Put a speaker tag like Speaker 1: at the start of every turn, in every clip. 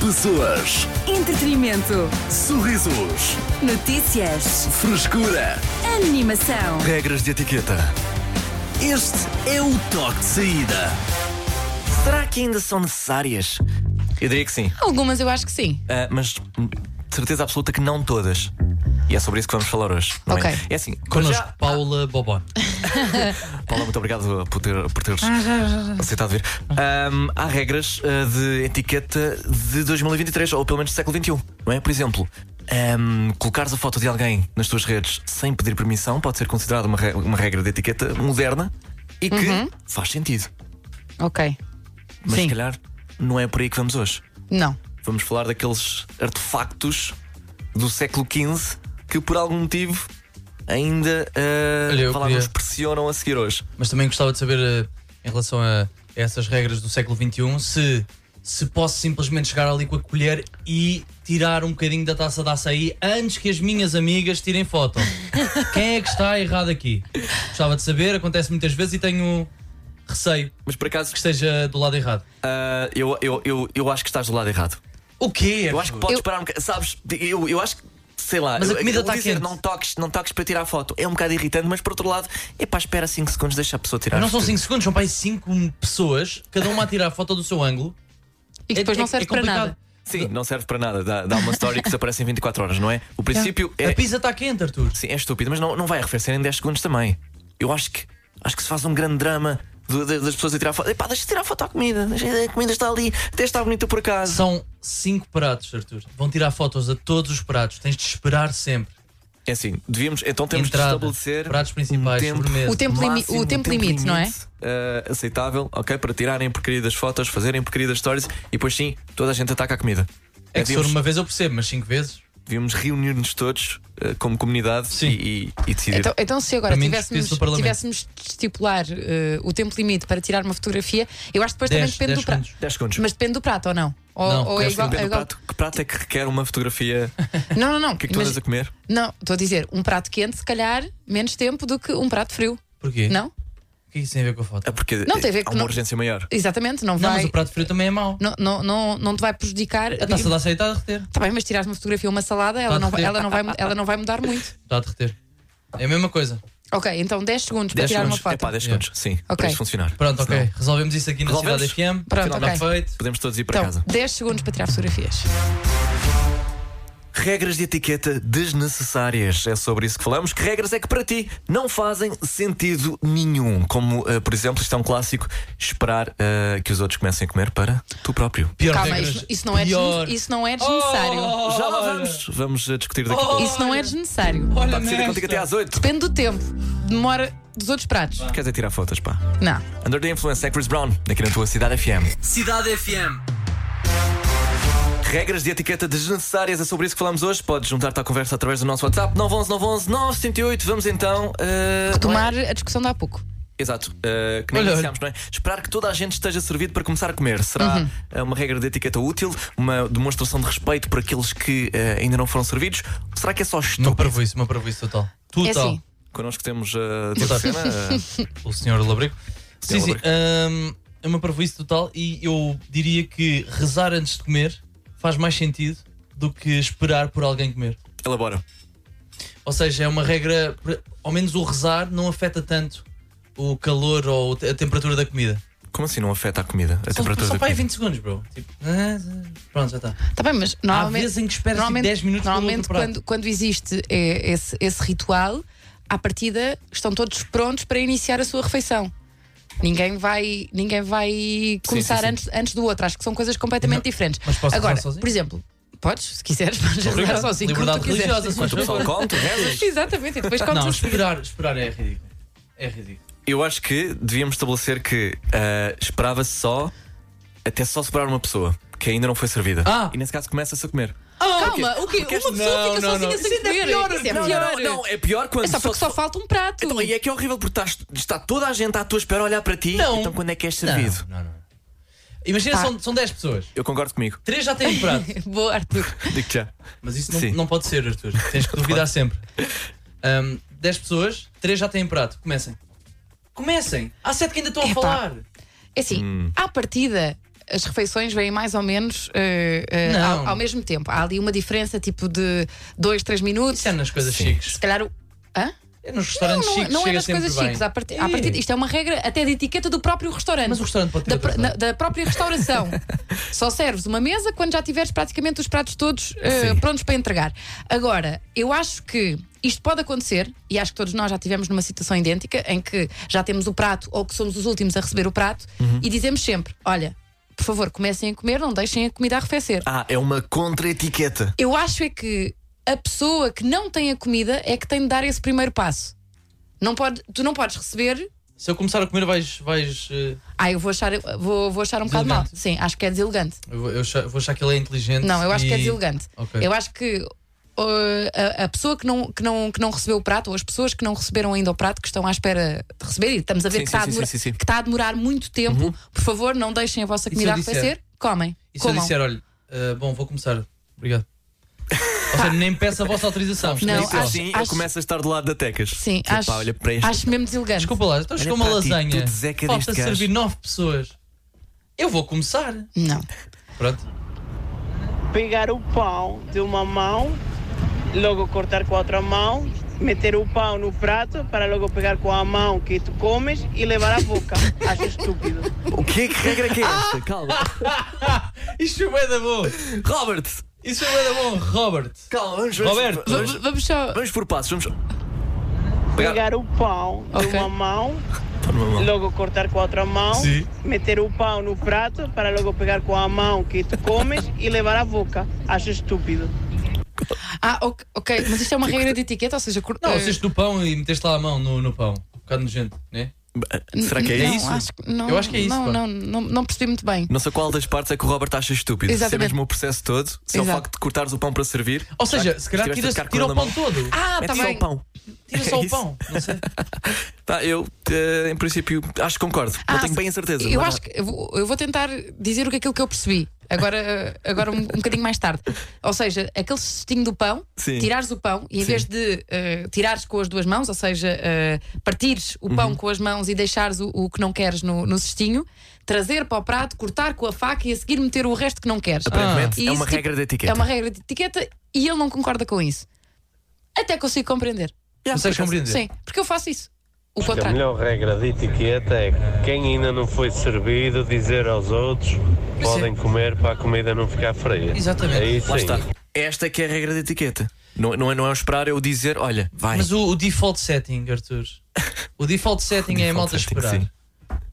Speaker 1: Pessoas,
Speaker 2: Entretenimento.
Speaker 1: sorrisos,
Speaker 2: Notícias.
Speaker 1: frescura,
Speaker 2: Animação.
Speaker 1: regras de etiqueta. Este é o toque de saída.
Speaker 3: Será que ainda são necessárias? Eu diria que sim,
Speaker 4: Algumas eu acho que sim.
Speaker 3: Ah, mas hum, de certeza absoluta que não todas. E é sobre isso que vamos falar hoje. Não
Speaker 4: Ok.
Speaker 3: é? é assim, para
Speaker 5: Connosco,
Speaker 3: já-
Speaker 5: Paula Bobon.
Speaker 3: Paula, muito obrigado por, ter, por teres aceitado vir. Ahm, há regras ah, de etiqueta de 2023, ou pelo menos do século XXI, não é? Por exemplo, ahm, colocares a foto de alguém nas tuas redes sem pedir permissão pode ser considerada uma, re- uma regra de etiqueta moderna e que faz sentido.
Speaker 4: Ok.
Speaker 3: Mas
Speaker 4: Sim.
Speaker 3: se calhar não é por aí que vamos hoje.
Speaker 4: Não.
Speaker 3: Vamos falar daqueles artefactos do século XV que por algum motivo ainda ah,
Speaker 5: Olha, eu
Speaker 3: vá lá, nos
Speaker 5: queria-
Speaker 3: pressionam a seguir hoje.
Speaker 5: Mas também gostava de saber, eh, em relação a essas regras do século XXI, se, se posso simplesmente chegar ali com a colher e tirar um bocadinho da taça de açaí antes que as minhas amigas tirem foto. Quem é que está errado aqui? Gostava de saber, acontece muitas vezes e tenho receio
Speaker 3: Mas por acaso
Speaker 5: que esteja do lado errado.
Speaker 3: Ah, eu, eu, eu, eu acho que estás do lado errado.
Speaker 5: O quê?
Speaker 3: Eu acho que podes parar um bocado. Sabes, eu, eu acho que. Sei lá,
Speaker 5: Mas a
Speaker 3: eu-
Speaker 5: comida
Speaker 3: eu
Speaker 5: tá
Speaker 3: dizer
Speaker 5: quente.
Speaker 3: não toques, não toques para tirar a foto. É um bocado irritante, mas por outro lado, é pá, espera 5 segundos, deixa a pessoa tirar.
Speaker 5: Não são 5 segundos, são para aí 5 pessoas, cada uma a tirar a foto do seu ângulo.
Speaker 4: E
Speaker 5: É
Speaker 4: que depois não serve para nada.
Speaker 3: Sim, não serve para nada. Dá, dá uma story que desaparece em 24 horas, não é? O princípio é,
Speaker 5: A pizza está quente, Arthur.
Speaker 3: sim, é estúpido, mas não, não vai arrefecer em 10 segundos também. Eu acho que acho que se faz um grande drama do- de- das pessoas a tirar a foto. Epá, deixa tirar a foto à comida, deixa- a comida está ali, até está bonita por acaso.
Speaker 5: São cinco pratos, Arthur. Vão tirar fotos a todos os pratos. Tens de esperar sempre.
Speaker 3: É assim, devíamos, então temos
Speaker 5: Entrada,
Speaker 3: de estabelecer
Speaker 5: pratos principais,
Speaker 3: um tempo,
Speaker 5: sobremesa.
Speaker 4: O tempo limi-
Speaker 3: máximo,
Speaker 4: o tempo limite, não é?
Speaker 3: eh, aceitável, ok? Para tirarem por queridas fotos, fazerem por queridas stories e depois sim, toda a gente ataca a comida.
Speaker 5: É
Speaker 3: Eh,
Speaker 5: que se for
Speaker 3: devíamos,
Speaker 5: uma vez eu percebo, mas cinco vezes.
Speaker 3: devíamos reunir-nos todos eh, como comunidade
Speaker 5: Sim.
Speaker 3: E, e- e decidir.
Speaker 4: Então, então se agora
Speaker 5: Para mim,
Speaker 4: tivéssemos,
Speaker 5: despedido do Parlamento.
Speaker 4: tivéssemos de estipular eh, o tempo limite para tirar uma fotografia, eu acho que depois
Speaker 5: Dez,
Speaker 4: também depende
Speaker 5: dez
Speaker 4: do prato.
Speaker 5: segundos.
Speaker 3: 10 segundos.
Speaker 4: Mas depende do prato ou não? Ou,
Speaker 5: Não,
Speaker 4: ou é
Speaker 3: Dez
Speaker 4: igual.
Speaker 3: segundos. Depende
Speaker 4: é
Speaker 3: do
Speaker 4: igual-
Speaker 3: prato. Que prato é que requer uma fotografia? O
Speaker 4: Não, não, não.
Speaker 3: que é que tu
Speaker 4: Mas-
Speaker 3: andas a comer?
Speaker 4: não, estou a dizer, um prato quente, se calhar, menos tempo do que um prato frio.
Speaker 5: Porquê?
Speaker 4: Não?
Speaker 5: O que é que isso tem a ver com a foto?
Speaker 3: É porque
Speaker 4: Não, tem a ver
Speaker 3: há
Speaker 4: com-
Speaker 3: uma
Speaker 4: não-
Speaker 3: urgência maior.
Speaker 4: Exatamente, não
Speaker 5: Não,
Speaker 4: vai.
Speaker 5: mas o prato frio também é mau.
Speaker 4: não, não, não, não te vai prejudicar.
Speaker 5: A taça de açaí está a derreter.
Speaker 4: Tá bem, mas tirares uma fotografia ou uma salada, ela
Speaker 5: Tá
Speaker 4: não,
Speaker 5: a
Speaker 4: vai-
Speaker 5: derreter.
Speaker 4: ela, não vai, ela não vai mudar muito.
Speaker 5: Está a derreter. É a mesma coisa.
Speaker 4: Ok, então 10 segundos para
Speaker 3: 10
Speaker 4: tirar
Speaker 3: segundos. É
Speaker 4: uma foto.
Speaker 3: pá, 10
Speaker 5: Yeah.
Speaker 3: segundos, sim.
Speaker 4: Ok.
Speaker 3: Para isto funcionar.
Speaker 5: Pronto, ok.
Speaker 3: Senão
Speaker 5: Resolvemos isso aqui na
Speaker 3: Resolvemos?
Speaker 5: cidade FM.
Speaker 4: Pronto,
Speaker 5: Está
Speaker 4: ok.
Speaker 5: feito.
Speaker 3: Podemos todos ir para
Speaker 4: Então,
Speaker 3: casa.
Speaker 4: 10 segundos para tirar fotografias.
Speaker 3: Regras de etiqueta desnecessárias. É sobre isso que falamos. Que regras é que para ti não fazem sentido nenhum? Como, eh, por exemplo, isto é um clássico: esperar eh, que os outros comecem a comer para tu próprio.
Speaker 5: Pior
Speaker 4: Calma,
Speaker 5: regras.
Speaker 4: isso, isso não é,
Speaker 5: Pior.
Speaker 4: desne- isso não é desnecessário.
Speaker 5: Oh,
Speaker 3: Já lá
Speaker 5: olha.
Speaker 3: vamos. Vamos eh, discutir daqui a
Speaker 5: Oh,
Speaker 3: pouco.
Speaker 4: Isso não é desnecessário.
Speaker 5: Olha,
Speaker 3: Pá, decida contigo até
Speaker 5: nesta.
Speaker 3: às 8.
Speaker 4: Depende do tempo. Demora dos outros pratos.
Speaker 3: Queres é tirar fotos, pá.
Speaker 4: Não.
Speaker 3: Under the Influence é Chris Brown, aqui na tua Cidade FM.
Speaker 5: Cidade FM.
Speaker 3: Regras de etiqueta desnecessárias, é sobre isso que falamos hoje. Podes juntar-te à conversa através do nosso WhatsApp 911 911 978. Vamos então. eh,
Speaker 4: Tomar a discussão de há pouco.
Speaker 3: Exato, uh, que nem
Speaker 5: Olha,
Speaker 3: iniciámos, não é? Esperar que toda a gente esteja servido para começar a comer. Será uh, uma regra de etiqueta útil? Uma demonstração de respeito por aqueles que uh, ainda não foram servidos? Ou será que é só
Speaker 5: Uma
Speaker 3: estúpido?
Speaker 5: parvoíce, uma parvoíce total.
Speaker 4: É
Speaker 5: Total.
Speaker 4: assim.
Speaker 3: Connosco temos uh, Diogo
Speaker 5: Exato.
Speaker 3: Sena, uh,
Speaker 5: o senhor Labrico. Sim, sim.
Speaker 3: Labrico.
Speaker 5: hum, é uma parvoíce total e eu diria que rezar antes de comer faz mais sentido do que esperar por alguém comer.
Speaker 3: elabora.
Speaker 5: Ou seja, é uma regra, ao menos o rezar não afeta tanto o calor ou a temperatura da comida.
Speaker 3: Como assim não afeta a comida? A
Speaker 5: Só,
Speaker 3: temperatura
Speaker 5: só
Speaker 3: da
Speaker 5: para aí
Speaker 3: comida?
Speaker 5: 20 segundos, bro. Tipo, ah, ah, pronto, já está.
Speaker 4: Está Tá bem, mas
Speaker 5: Há
Speaker 4: normalmente.
Speaker 5: vezes em que esperas tipo,
Speaker 4: normalmente,
Speaker 5: 10 minutos pelo
Speaker 4: normalmente
Speaker 5: outro prato.
Speaker 4: quando, quando existe eh, esse, esse ritual, à partida estão todos prontos para iniciar a sua refeição. Ninguém vai, ninguém vai começar
Speaker 3: sim, sim.
Speaker 4: Antes, antes do outro. Acho que são coisas completamente
Speaker 5: Não,
Speaker 4: diferentes.
Speaker 5: mas posso
Speaker 4: Agora,
Speaker 5: rezar sozinho?
Speaker 4: por exemplo, podes, se quiseres, podes rezar
Speaker 5: Obrigado.
Speaker 4: sozinho. como
Speaker 5: Liberdade
Speaker 4: tu quiseres.
Speaker 5: religiosa, só
Speaker 3: Quanto o pessoal come, tu rezas?
Speaker 4: Exatamente, e depois
Speaker 5: Não,
Speaker 4: comes assim.
Speaker 5: esperar, esperar é ridículo. É ridículo.
Speaker 3: Eu acho que devíamos estabelecer que uh, esperava-se só até só sobrar uma pessoa que ainda não foi servida.
Speaker 5: Ah!
Speaker 3: E nesse caso começa-se a comer.
Speaker 4: Calma, o quê? Uma pessoa
Speaker 5: Não,
Speaker 4: fica
Speaker 5: não,
Speaker 4: sozinha
Speaker 5: não.
Speaker 4: sem comer. Isso é
Speaker 3: não,
Speaker 4: pior.
Speaker 3: não, não, é pior quando
Speaker 4: É só porque só falta um prato.
Speaker 3: Então, e é que é horrível porque estás- está toda a gente à tua espera a olhar para ti.
Speaker 5: Não.
Speaker 3: Então, quando é que és
Speaker 5: Não,
Speaker 3: servido?
Speaker 5: não, não. Imagina,
Speaker 4: Pá.
Speaker 5: são, são 10 pessoas.
Speaker 3: Eu concordo comigo.
Speaker 5: 3 já têm um prato.
Speaker 4: Boa, Arthur.
Speaker 3: Digo-te já.
Speaker 5: Mas isso não,
Speaker 3: Sim.
Speaker 5: não pode ser, Arthur. Tens que duvidar sempre. 10 pessoas, 3 já têm prato. Comecem. Comecem! Há 7 que ainda estão a
Speaker 4: Epá.
Speaker 5: falar.
Speaker 4: É assim, à partida, as refeições vêm mais ou menos eh, eh,
Speaker 5: Não.
Speaker 4: ao, ao mesmo tempo. Há ali uma diferença tipo de 2, 3 minutos.
Speaker 5: Isso é nas coisas
Speaker 3: Sim.
Speaker 5: chiques.
Speaker 4: Se calhar o. Hã?
Speaker 5: É nos
Speaker 4: Não,
Speaker 5: restaurantes
Speaker 4: não,
Speaker 5: chiques.
Speaker 4: não é
Speaker 5: chega
Speaker 4: das
Speaker 5: sempre
Speaker 4: coisas
Speaker 5: bem.
Speaker 4: chiques. À parti- à
Speaker 5: É.
Speaker 4: partida, isto é uma regra até de etiqueta do próprio restaurante.
Speaker 5: Mas o restaurante pode ter
Speaker 4: da,
Speaker 5: outra
Speaker 4: pr-
Speaker 5: coisa. é?
Speaker 4: na- da própria restauração. Só serves uma mesa quando já tiveres praticamente os pratos todos eh,
Speaker 3: Sim.
Speaker 4: prontos para entregar. Agora, eu acho que isto pode acontecer, e acho que todos nós já tivemos numa situação idêntica, em que já temos o prato ou que somos os últimos a receber o prato
Speaker 5: Uhum.
Speaker 4: e dizemos sempre: olha, por favor, comecem a comer, não deixem a comida arrefecer.
Speaker 3: Ah, é uma contra-etiqueta.
Speaker 4: Eu acho é que a pessoa que não tem a comida é que tem de dar esse primeiro passo. Não pode, tu não podes receber.
Speaker 5: Se eu começar a comer, vais. vais eh,
Speaker 4: Ah, eu vou achar, vou, vou achar um bocado mal.
Speaker 5: Deselegante.
Speaker 4: Sim, acho que é deselegante.
Speaker 5: eu vou- eu cha- vou achar que ele é inteligente.
Speaker 4: Não, eu acho que é
Speaker 5: e-
Speaker 4: deselegante.
Speaker 5: Ok.
Speaker 4: Eu acho que uh, a, a pessoa que não, que, não, que não recebeu o prato, ou as pessoas que não receberam ainda o prato, que estão à espera de receber, e estamos a ver
Speaker 3: Sim,
Speaker 4: que, está
Speaker 3: sim,
Speaker 4: a
Speaker 3: sim,
Speaker 4: demora-
Speaker 3: sim, sim.
Speaker 4: que está a demorar muito tempo, por favor, não deixem a vossa
Speaker 5: Uhum. se
Speaker 4: comida
Speaker 5: eu disser?
Speaker 4: arrefecer, comem.
Speaker 5: E se eu
Speaker 4: comam.
Speaker 5: disser, olha, eh, bom, vou começar. Obrigado. Ou seja, nem peço a vossa autorização.
Speaker 4: Não,
Speaker 5: Isto é
Speaker 4: acho-
Speaker 5: só.
Speaker 3: Assim eu começo a estar do lado da Tecas.
Speaker 4: Sim,
Speaker 3: Tipo,
Speaker 4: acho,
Speaker 3: pá, olha para este.
Speaker 4: acho mesmo deselegante.
Speaker 5: Desculpa lá, então chegou uma
Speaker 3: para a atitude
Speaker 5: lasanha.
Speaker 3: zeca
Speaker 5: Falta
Speaker 3: deste gajo.
Speaker 5: servir nove pessoas. Eu vou começar.
Speaker 4: Não.
Speaker 5: Pronto.
Speaker 6: pegar o pão de uma mão, logo cortar com a outra mão, meter o pão no prato para logo pegar com a mão que tu comes e levar à boca. Acho estúpido.
Speaker 3: O que é que regra que é
Speaker 4: Ah!
Speaker 3: esta? Calma.
Speaker 5: Isto é bué da bom.
Speaker 3: Robert!
Speaker 5: Isso é bué da bom, Robert.
Speaker 3: Calma, vamos,
Speaker 5: Roberto.
Speaker 3: vamos,
Speaker 4: Vamos,
Speaker 3: vamos,
Speaker 4: vamos só.
Speaker 3: vamos por passos. Vamos. Pegar.
Speaker 6: Pegar o pão de
Speaker 4: Ok.
Speaker 6: uma mão,
Speaker 3: Pá, numa mão.
Speaker 6: logo cortar com a outra mão,
Speaker 5: Sim.
Speaker 6: meter o pão no prato para logo pegar com a mão que tu comes e levar à boca. Acho estúpido.
Speaker 4: Ah, ok, ok, mas isto é uma regra de etiqueta, ou seja, cur...
Speaker 5: Não,
Speaker 4: eh,
Speaker 3: É.
Speaker 5: vocês do pão e meteste lá a mão no, no pão. Um bocado nojento, né?
Speaker 3: Será que é
Speaker 4: não,
Speaker 3: isso?
Speaker 4: acho que- não,
Speaker 5: Eu acho que é isso,
Speaker 4: Não,
Speaker 5: pá.
Speaker 4: não, não, não percebi muito bem.
Speaker 3: Não sei qual das partes é que o Robert acha estúpido. Se é
Speaker 4: Exatamente.
Speaker 3: mesmo o processo todo, se é o
Speaker 4: Exato.
Speaker 3: facto de cortares o pão para servir.
Speaker 5: Ou seja, se calhar
Speaker 3: Estiveste Ah, a tocar com
Speaker 5: tiras-
Speaker 3: ele
Speaker 5: tira o
Speaker 3: na
Speaker 5: pão
Speaker 3: mão.
Speaker 5: todo.
Speaker 4: Ah, tá
Speaker 3: Mete só
Speaker 4: bem.
Speaker 3: o pão.
Speaker 5: Tira só
Speaker 3: É
Speaker 5: o
Speaker 3: isso.
Speaker 5: pão. Não sei.
Speaker 3: Tá, eu, eh, em princípio, acho que concordo.
Speaker 4: Ah,
Speaker 3: não tenho
Speaker 4: se-
Speaker 3: bem a certeza.
Speaker 4: Eu
Speaker 3: mas
Speaker 4: acho que eu vou, eu vou tentar dizer o que é aquilo que eu percebi. Agora, agora um, um bocadinho mais tarde. Ou seja, aquele cestinho do pão,
Speaker 3: Sim.
Speaker 4: tirares o pão e em vez de eh, tirares com as duas mãos, ou seja, eh, partires
Speaker 3: Uhum.
Speaker 4: o pão com as mãos e deixares o, o que não queres no, no cestinho, trazer para o prato, cortar com a faca e a seguir meter o resto que não queres.
Speaker 3: Aparentemente
Speaker 4: E
Speaker 3: é
Speaker 4: isso,
Speaker 3: uma
Speaker 4: tipo,
Speaker 3: regra de etiqueta.
Speaker 4: É uma regra de etiqueta e ele não concorda com isso. Até consigo compreender.
Speaker 5: Consegues compreender?
Speaker 4: Sim, porque eu faço isso.
Speaker 7: Que
Speaker 4: O
Speaker 8: é
Speaker 7: é A
Speaker 4: contrário.
Speaker 7: melhor regra de etiqueta é quem ainda não foi servido dizer aos outros
Speaker 5: Mas é-
Speaker 7: podem comer para a comida não ficar freia.
Speaker 5: Exatamente.
Speaker 7: É isso
Speaker 3: Lá
Speaker 7: aí.
Speaker 3: está. Esta é que é a regra de etiqueta. Não, não, é, não é o esperar, é o dizer, olha, vai.
Speaker 5: Mas o, o default setting, Arthur. O default setting é a
Speaker 3: default
Speaker 5: malta
Speaker 3: setting,
Speaker 5: esperar.
Speaker 3: sim.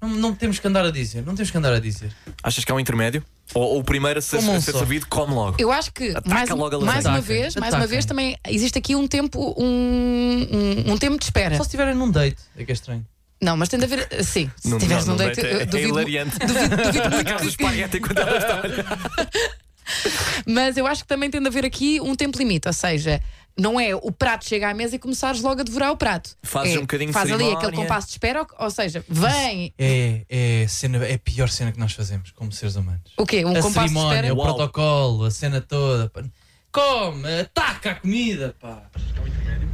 Speaker 5: Não, não temos que andar a dizer. Não temos que andar a dizer.
Speaker 3: Achas que há um intermédio? Ou, ou o primeiro a ser,
Speaker 5: Como um
Speaker 3: a ser
Speaker 5: só.
Speaker 3: servido, come logo.
Speaker 4: Eu acho que
Speaker 3: Ataca
Speaker 4: mais, um,
Speaker 3: logo a
Speaker 4: mais
Speaker 5: lasanha.
Speaker 4: uma
Speaker 5: Ataquem,
Speaker 4: vez, mais uma
Speaker 5: ataquem.
Speaker 4: vez também existe aqui um tempo um, um, um tempo de espera.
Speaker 5: Só se estiverem num date, é que é estranho.
Speaker 4: Não, mas tem de haver eh, sim. Se
Speaker 3: Não-
Speaker 4: tiveres
Speaker 3: não,
Speaker 4: num
Speaker 3: não
Speaker 4: date,
Speaker 3: date é-
Speaker 4: eu
Speaker 3: é
Speaker 4: duvido,
Speaker 3: hilariante.
Speaker 4: duvido, duvido muito
Speaker 3: Aquelas
Speaker 4: que-
Speaker 3: espaguete enquanto ela está a olhar.
Speaker 4: Mas eu acho que também tem de haver aqui um tempo limite, ou seja, não é o prato chega à mesa e começares logo a devorar o prato.
Speaker 3: Fazes
Speaker 4: É,
Speaker 3: um bocadinho de
Speaker 4: Faz ali
Speaker 3: cerimónia.
Speaker 4: aquele compasso de espera, ou, ou seja, vem
Speaker 5: É, é, a cena, é a pior cena que nós fazemos como seres humanos.
Speaker 4: o quê? Um
Speaker 5: a
Speaker 4: compasso de
Speaker 5: cerimónia,
Speaker 4: espera.
Speaker 5: o
Speaker 3: Uau.
Speaker 5: protocolo, a cena toda. pá. Come, ataca a comida, pá.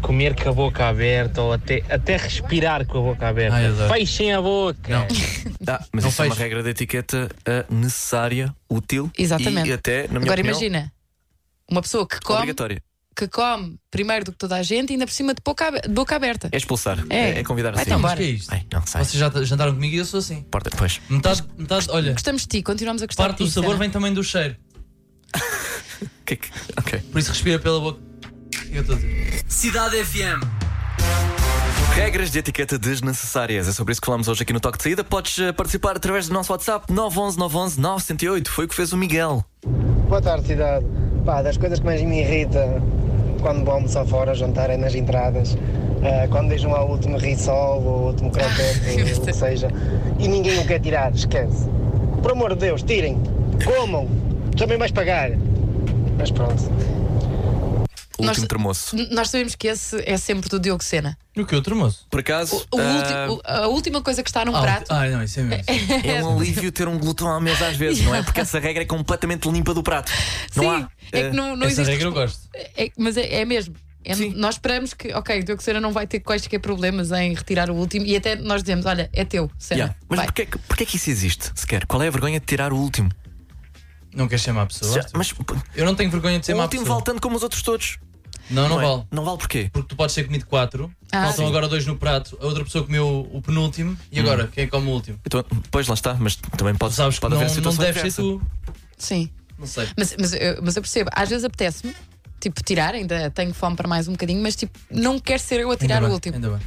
Speaker 9: comer com a boca aberta ou até, até respirar com a boca aberta.
Speaker 5: Ai, adoro.
Speaker 9: Fechem a boca.
Speaker 5: Não.
Speaker 3: Ah, mas
Speaker 5: Não
Speaker 3: isso é uma
Speaker 5: fez.
Speaker 3: regra de etiqueta ah, necessária, útil
Speaker 4: Exatamente.
Speaker 3: e até, na minha
Speaker 4: Agora
Speaker 3: opinião,
Speaker 4: imagina. Uma pessoa que come,
Speaker 3: obrigatória.
Speaker 4: que come primeiro do que toda a gente e ainda por cima de boca, abe- de boca aberta.
Speaker 3: É expulsar.
Speaker 4: É.
Speaker 3: É, é convidar a
Speaker 4: Vai
Speaker 3: sair.
Speaker 5: Mas
Speaker 4: Bora.
Speaker 5: que é isto?
Speaker 3: Ai, não,
Speaker 4: Tá
Speaker 3: sai.
Speaker 5: Vocês já t- jantaram comigo e eu sou assim.
Speaker 3: Porta, pois.
Speaker 5: Metade, metade olha,
Speaker 4: Gostamos de ti, continuamos a gostar
Speaker 5: parte
Speaker 4: de
Speaker 5: do
Speaker 4: ti.
Speaker 5: sabor
Speaker 4: Sara.
Speaker 5: vem também do cheiro.
Speaker 3: Que- que- ok.
Speaker 5: Por isso respira pela boca. Eu estou a dizer.
Speaker 1: Cidade FM.
Speaker 3: Regras de etiqueta desnecessárias. É sobre isso que falamos hoje aqui no Toque de Saída. Podes eh, participar através do nosso WhatsApp 911 911 978. Foi o que fez o Miguel.
Speaker 10: Boa tarde, cidade. Pá, das coisas que mais me irrita quando vou almoçar fora, jantar é nas entradas. Ah, quando deixam lá o último risol ou o último croquete, ou o que seja, e ninguém o quer tirar, esquece. Por amor de Deus, tirem, comam, também vais pagar. Mas pronto.
Speaker 3: O
Speaker 4: Nós-
Speaker 3: último tremoço.
Speaker 4: N- Nós sabemos que esse é sempre do Diogo Sena.
Speaker 5: O que, outro moço?
Speaker 3: Por acaso,
Speaker 4: O
Speaker 3: ah,
Speaker 4: ulti- o- a última coisa que está num
Speaker 5: Ah,
Speaker 4: prato.
Speaker 5: ah, não, isso é mesmo.
Speaker 3: é um alívio ter um glúten à mesa às vezes, não é? Porque essa regra é completamente limpa do prato. Não
Speaker 4: sim,
Speaker 3: há.
Speaker 4: é
Speaker 3: eh,
Speaker 4: que não, não
Speaker 5: Essa
Speaker 4: existe.
Speaker 5: regra eu gosto.
Speaker 4: É- mas é, é mesmo. É- nós esperamos que, ok, o Diogo Sena não vai ter quaisquer problemas em retirar o último e até nós dizemos: olha, é teu, Sena.
Speaker 3: yeah. Mas
Speaker 4: vai.
Speaker 3: porquê, que- porquê que isso existe sequer? Qual é a vergonha de tirar o último?
Speaker 5: Não queres chamar pessoas?
Speaker 3: Já- mas pô,
Speaker 5: Eu não tenho vergonha de ser
Speaker 3: o
Speaker 5: má
Speaker 3: último
Speaker 5: pessoa.
Speaker 3: vale tanto como os outros todos.
Speaker 5: Não, não,
Speaker 3: é?
Speaker 5: vale.
Speaker 3: Não vale porquê?
Speaker 5: Porque tu podes ter comido quatro,
Speaker 4: Ah,
Speaker 5: faltam
Speaker 4: sim.
Speaker 5: agora dois no prato, a outra pessoa comeu o penúltimo e agora quem é que come o último?
Speaker 3: Então, pois lá está, mas também
Speaker 5: Tu
Speaker 3: pode,
Speaker 5: sabes que
Speaker 3: pode
Speaker 5: não,
Speaker 3: haver
Speaker 5: não
Speaker 3: situações
Speaker 5: deves ser
Speaker 3: dessa.
Speaker 5: tu.
Speaker 4: Sim.
Speaker 5: Não sei.
Speaker 4: Mas, mas, eu, mas eu percebo, às vezes apetece-me, tipo, tirar, ainda tenho fome para mais um bocadinho, mas tipo, não quero ser eu a
Speaker 5: Ainda
Speaker 4: tirar o
Speaker 5: bem,
Speaker 4: último.
Speaker 5: Ainda bem.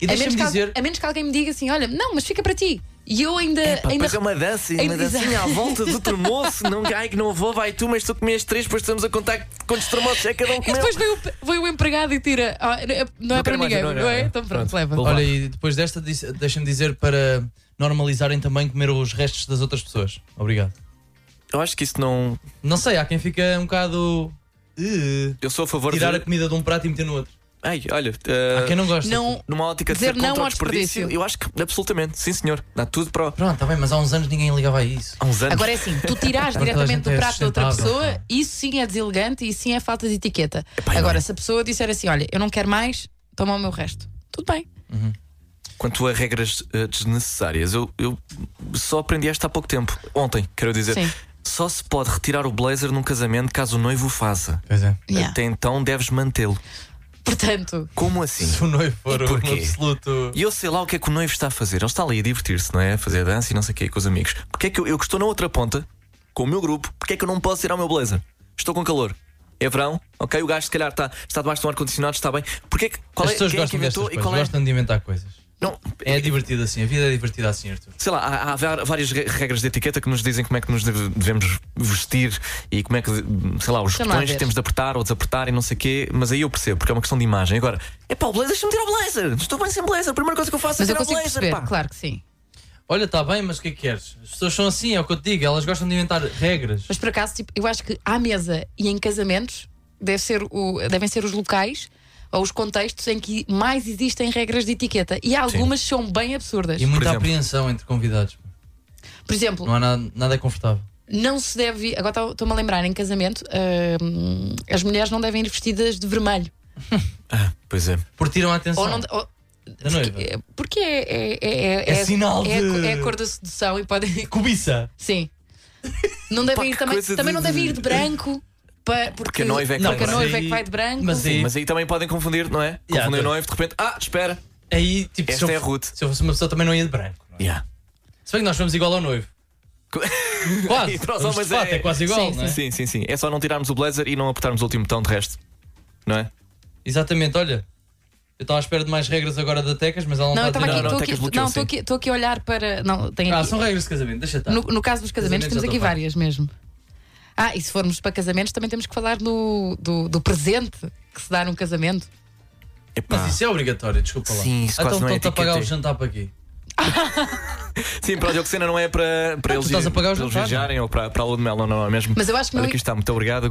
Speaker 5: E
Speaker 4: A menos,
Speaker 5: deixa-me
Speaker 4: que, al-
Speaker 5: dizer.
Speaker 4: a menos que alguém me diga assim: olha, não, mas fica para ti. E eu ainda.
Speaker 3: Pá,
Speaker 4: ainda
Speaker 3: Depois
Speaker 5: um
Speaker 3: é uma dança, é uma
Speaker 4: Ainda-
Speaker 3: dancinha à volta do termoço. Não, ai que não vou, vai tu, mas tu comias três, depois estamos a contar quantos termoços é que cada um
Speaker 4: E
Speaker 3: comeu.
Speaker 4: depois vem o, vem o empregado e tira. "Ah, não é- não é
Speaker 3: Não
Speaker 4: para
Speaker 3: quero mais,
Speaker 4: ninguém,
Speaker 3: não,
Speaker 4: não,
Speaker 3: não,
Speaker 4: é?
Speaker 3: não.
Speaker 4: Então pronto,
Speaker 3: Pronto,
Speaker 4: leva.
Speaker 3: vou-
Speaker 5: Olha, e depois desta, disse- deixa-me dizer para normalizarem também comer os restos das outras pessoas. Obrigado.
Speaker 3: Eu acho que isso não.
Speaker 5: Não sei, há quem fica um bocado. "Ih",
Speaker 3: Eu sou a favor
Speaker 5: tirar a
Speaker 3: de.
Speaker 5: comida de um prato e meter no outro.
Speaker 3: Ai, olha.
Speaker 5: Há
Speaker 3: eh,
Speaker 5: quem não gosta.
Speaker 4: Não,
Speaker 3: Numa ótica de
Speaker 4: dizer
Speaker 3: ser contra
Speaker 4: não
Speaker 3: o
Speaker 4: ao
Speaker 3: desperdício,
Speaker 4: desperdício.
Speaker 3: eu acho que absolutamente, sim senhor. Dá tudo para. o-
Speaker 5: Pronto, está bem, mas há uns anos ninguém ligava a isso.
Speaker 3: Há uns anos.
Speaker 4: agora é assim: tu tirares
Speaker 5: Porque toda a
Speaker 4: diretamente
Speaker 5: gente
Speaker 4: do
Speaker 5: é
Speaker 4: prato da outra
Speaker 5: sustentável,
Speaker 4: pessoa,
Speaker 5: pá.
Speaker 4: isso sim é deselegante e sim é falta de etiqueta.
Speaker 3: não
Speaker 4: Agora,
Speaker 3: é.
Speaker 4: se a pessoa disser assim: olha, eu não quero mais, toma o meu resto. Tudo bem. é-
Speaker 3: Quanto a regras eh, desnecessárias, eu, eu só aprendi esta há pouco tempo. Ontem, quero dizer.
Speaker 4: Sim.
Speaker 3: Só se pode retirar o blazer num casamento caso o noivo o faça.
Speaker 5: Pois é.
Speaker 4: Yeah.
Speaker 3: Até então deves mantê-lo.
Speaker 4: Portanto,
Speaker 3: Como assim?
Speaker 5: Se o noivo for
Speaker 3: E
Speaker 5: um
Speaker 3: porquê?
Speaker 5: absoluto.
Speaker 3: E eu sei lá o que é que o noivo está a fazer. Ele está ali a divertir-se, não é? A fazer dança e não sei o que com os amigos. Porque é que eu, eu que estou na outra ponta, com o meu grupo, porque é que eu não posso ir ao meu blazer? Estou com calor. É verão, ok? O gajo se calhar está, está debaixo de um ar-condicionado, está bem. Porquê que, qual
Speaker 5: As
Speaker 3: é,
Speaker 5: pessoas
Speaker 3: quem é que
Speaker 5: gostam destas
Speaker 3: inventou e
Speaker 5: coisas,
Speaker 3: qual é?
Speaker 5: gostam de inventar coisas.
Speaker 3: Não,
Speaker 5: É divertido assim, a vida é divertida assim, Arthur.
Speaker 3: sei lá, há, há va- várias re- regras de etiqueta que nos dizem como é que nos deve- devemos vestir e como é que, sei lá, os
Speaker 4: Deixa lá
Speaker 3: botões
Speaker 4: ver.
Speaker 3: que temos de apertar ou desapertar e não sei o quê, mas aí eu percebo, porque é uma questão de imagem. Agora, é pá, o blazer, deixa-me tirar o blazer, estou bem sem blazer, a primeira coisa que eu faço
Speaker 4: mas
Speaker 3: é
Speaker 4: eu
Speaker 3: tirar o
Speaker 4: consigo
Speaker 3: blazer,
Speaker 4: perceber,
Speaker 3: pá.
Speaker 4: claro que sim.
Speaker 5: Olha, está bem, mas o que é que queres? As pessoas são assim, é o que eu te digo, elas gostam de inventar regras.
Speaker 4: Mas por acaso, tipo, eu acho que à mesa e em casamentos deve ser o- devem ser os locais ou os contextos em que mais existem regras de etiqueta. E algumas são bem absurdas.
Speaker 5: E muita
Speaker 3: exemplo.
Speaker 5: apreensão entre convidados.
Speaker 4: Por exemplo,
Speaker 5: Não há nada, nada é confortável.
Speaker 4: não se deve. Agora estou- estou-me a lembrar, em casamento, hum, as mulheres não devem ir vestidas de vermelho.
Speaker 3: Ah, pois é.
Speaker 5: Porque tiram a atenção
Speaker 4: Ou não. de- ou-
Speaker 5: da noiva.
Speaker 4: é- porque é, é, é, é,
Speaker 5: É sinal
Speaker 4: é a co-
Speaker 5: de-
Speaker 4: é a cor da sedução e podem.
Speaker 5: Cobiça!
Speaker 4: Sim. Não devem
Speaker 3: que
Speaker 4: ir também.
Speaker 3: coisa
Speaker 4: Também
Speaker 3: de-
Speaker 4: não devem ir de branco. pa- porque,
Speaker 3: Porque a noiva é que
Speaker 4: porque
Speaker 3: vai
Speaker 4: a noiva é
Speaker 5: branco.
Speaker 4: que vai de branco.
Speaker 5: Mas aí-
Speaker 3: Sim, mas então aí também podem confundir, não é?
Speaker 5: Yeah,
Speaker 3: Confundem o
Speaker 5: pois.
Speaker 3: noivo de repente. Ah, espera.
Speaker 5: Aí, tipo,
Speaker 3: Esta
Speaker 5: se, eu,
Speaker 3: é a Ruth.
Speaker 5: se eu fosse uma pessoa também não ia de branco. não é? Se bem que nós fomos igual ao noivo.
Speaker 3: Co-
Speaker 5: Quase!
Speaker 3: E para os
Speaker 5: Vamos de
Speaker 3: homens
Speaker 5: fato,
Speaker 3: é-
Speaker 5: é quase igual,
Speaker 4: Sim,
Speaker 5: não é?
Speaker 3: Sim, sim, sim. É só não tirarmos o blazer e não apertarmos o último botão de resto. Não é?
Speaker 5: Exatamente, olha. Eu estava à espera de mais regras agora da Tecas, mas ela não,
Speaker 4: Não, eu
Speaker 5: está
Speaker 4: estava
Speaker 5: a
Speaker 4: aqui,
Speaker 5: tirar.
Speaker 3: não,
Speaker 4: estou
Speaker 3: até que
Speaker 4: aqui, não,
Speaker 3: bloqueou,
Speaker 4: estou
Speaker 3: sim.
Speaker 4: aqui, estou aqui a olhar para. Não, tem
Speaker 5: Ah,
Speaker 4: aqui.
Speaker 5: são regras de casamento, deixa estar.
Speaker 4: No, no caso dos
Speaker 3: é
Speaker 4: casamentos,
Speaker 5: Casamentos
Speaker 4: temos
Speaker 5: já
Speaker 4: aqui
Speaker 5: estou a par.
Speaker 4: várias mesmo. Ah, e se formos para casamentos, também temos que falar do, do, do presente que se dá num casamento.
Speaker 3: Epá.
Speaker 5: Mas isso é obrigatório, desculpa lá.
Speaker 3: Sim, isso
Speaker 5: Ah,
Speaker 3: quase
Speaker 5: então
Speaker 3: não é
Speaker 5: estão-te a pagar o
Speaker 3: etiqueta.
Speaker 5: jantar para aqui.
Speaker 3: Sim, para a Dioxena não é para, para
Speaker 5: Ah, tu
Speaker 3: eles,
Speaker 5: estás a pagar os
Speaker 3: para eles
Speaker 5: jantares,
Speaker 3: viajarem ou para, para a lua de mel, não, não é mesmo?
Speaker 4: Mas eu acho que
Speaker 3: Olha,
Speaker 4: não-
Speaker 3: aqui está, muito obrigado.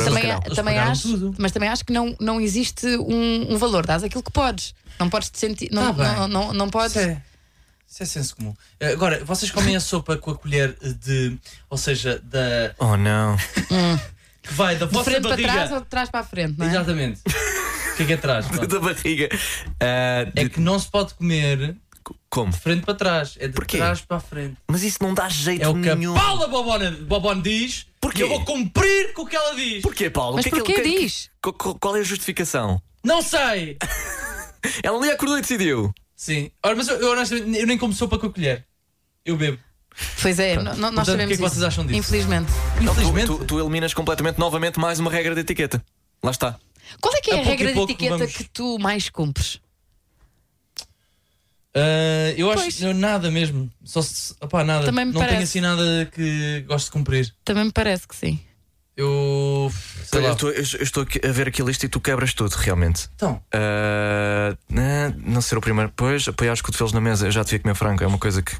Speaker 3: Adorei o
Speaker 4: também,
Speaker 3: canal.
Speaker 5: Eles
Speaker 4: também
Speaker 5: pagaram
Speaker 4: acho,
Speaker 5: tudo.
Speaker 4: mas também acho que não, não existe um, um valor. Dás aquilo que podes. Não podes te sentir. Não,
Speaker 5: Tá bem.
Speaker 4: não, não, não podes.
Speaker 5: Isso é, isso é senso comum. Eh, Agora, vocês comem a sopa com a colher eh, de. Ou seja, da.
Speaker 3: Oh não.
Speaker 5: que vai da
Speaker 4: De
Speaker 5: vossa
Speaker 4: frente para
Speaker 5: barriga.
Speaker 4: trás ou de trás para a frente, não é?
Speaker 5: Exatamente. O que é que é atrás? pronto?
Speaker 3: da barriga. Ah, de-
Speaker 5: É que não se pode comer de
Speaker 3: Como?
Speaker 5: frente para trás. É de
Speaker 3: Porquê?
Speaker 5: trás para a frente.
Speaker 3: Mas isso não dá jeito
Speaker 5: É o que
Speaker 3: nenhum.
Speaker 5: a Paula Bobone, Bobone diz.
Speaker 3: Porquê?
Speaker 5: E eu vou cumprir com o que ela diz.
Speaker 3: Porquê, Paulo?
Speaker 4: Mas
Speaker 3: O que é que ele-
Speaker 4: porquê
Speaker 3: o que é que-
Speaker 4: diz?
Speaker 3: co- co- Qual é a justificação?
Speaker 5: Não sei!
Speaker 3: Ela ali acordou e decidiu.
Speaker 5: Sim. Ora, mas eu, eu honestamente eu nem como sopa com a colher. Eu bebo.
Speaker 4: Pois é, no- no- nós
Speaker 5: Portanto, o que é
Speaker 4: sabemos
Speaker 5: que
Speaker 4: isso.
Speaker 5: vocês acham disso?
Speaker 4: Infelizmente.
Speaker 5: Infelizmente.
Speaker 3: Tu, tu- tu eliminas completamente novamente mais uma regra de etiqueta. Lá está.
Speaker 4: Qual é que é
Speaker 5: A
Speaker 4: a,
Speaker 5: pouco e
Speaker 4: regra de
Speaker 5: pouco
Speaker 4: etiqueta
Speaker 5: vamos-
Speaker 4: que tu mais cumpres?
Speaker 5: Ah, eu acho
Speaker 4: Pois.
Speaker 5: eu nada mesmo. Só se. opá, nada.
Speaker 4: Também me
Speaker 5: não tenho
Speaker 4: parece.
Speaker 5: assim nada que gosto de cumprir.
Speaker 4: Também me parece que sim.
Speaker 5: Eu. Sei
Speaker 3: Olha,
Speaker 5: lá.
Speaker 3: eu estou, eu estou aqui a ver aqui a lista e tu quebras tudo, realmente.
Speaker 5: Então,
Speaker 3: Ah, né, não ser o primeiro. Pois, apoiar os cotovelos na mesa. Eu já devia comer frango. É uma coisa que.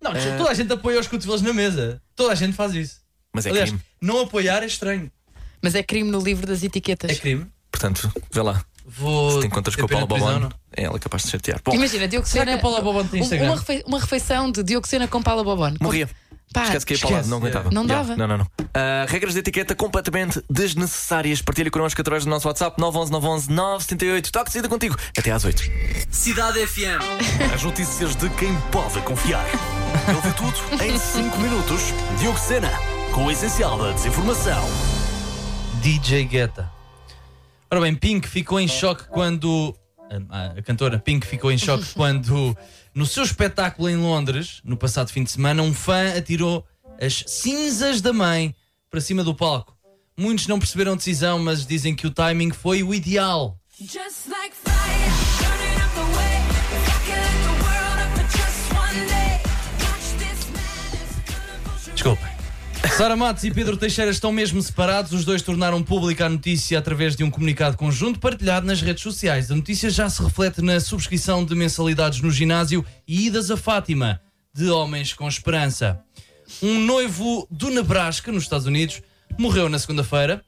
Speaker 5: não,
Speaker 3: Eh.
Speaker 5: toda a gente apoia os cotovelos na mesa. Toda a gente faz isso.
Speaker 3: Mas é
Speaker 5: Aliás,
Speaker 3: crime.
Speaker 5: não apoiar é estranho.
Speaker 4: Mas é crime no livro das etiquetas.
Speaker 5: É crime.
Speaker 3: Portanto, vê lá.
Speaker 5: Vou.
Speaker 3: Se te encontras
Speaker 5: ter
Speaker 3: com a
Speaker 5: pena
Speaker 3: Paula
Speaker 5: de prisão,
Speaker 3: Balone,
Speaker 5: não?
Speaker 3: é ela capaz de chatear. Bom,
Speaker 4: Imagina,
Speaker 5: Será
Speaker 4: Dioxena.
Speaker 5: que a Paula Bobone tem
Speaker 4: um-
Speaker 5: Instagram?
Speaker 4: Uma, refe- uma refeição de Dioxena com Paula Bobone.
Speaker 3: morria.
Speaker 4: Pá,
Speaker 3: Esquece que é ia para lá,
Speaker 5: esquece.
Speaker 3: não aguentava.
Speaker 4: Não
Speaker 3: Já,
Speaker 4: dava.
Speaker 3: Não, não, não. Ah, regras de etiqueta completamente desnecessárias. Partilhe connosco através do nosso WhatsApp 911 911 978. Toque ainda contigo. Até às 8.
Speaker 1: Cidade FM.
Speaker 3: As notícias de quem pode confiar.
Speaker 1: Ele vê tudo em 5 minutos. Diogo Sena, com o essencial da desinformação.
Speaker 5: DJ Guetta. Ora bem, Pink ficou em choque quando. A, a cantora Pink ficou em choque quando, no seu espetáculo em Londres, no passado fim de semana, um fã atirou as cinzas da mãe para cima do palco. Muitos não perceberam a decisão, mas dizem que o timing foi o ideal.
Speaker 11: Just like fire, burning up the way. If I could light the world up for just one day, watch this madness. gonna push you
Speaker 5: Desculpem. Sara Matos e Pedro Teixeira estão mesmo separados. Os dois tornaram pública a notícia através de um comunicado conjunto partilhado nas redes sociais. A notícia já se reflete na subscrição de mensalidades no ginásio e idas a Fátima, de Homens com Esperança. Um noivo do Nebraska, nos Estados Unidos, morreu na segunda-feira,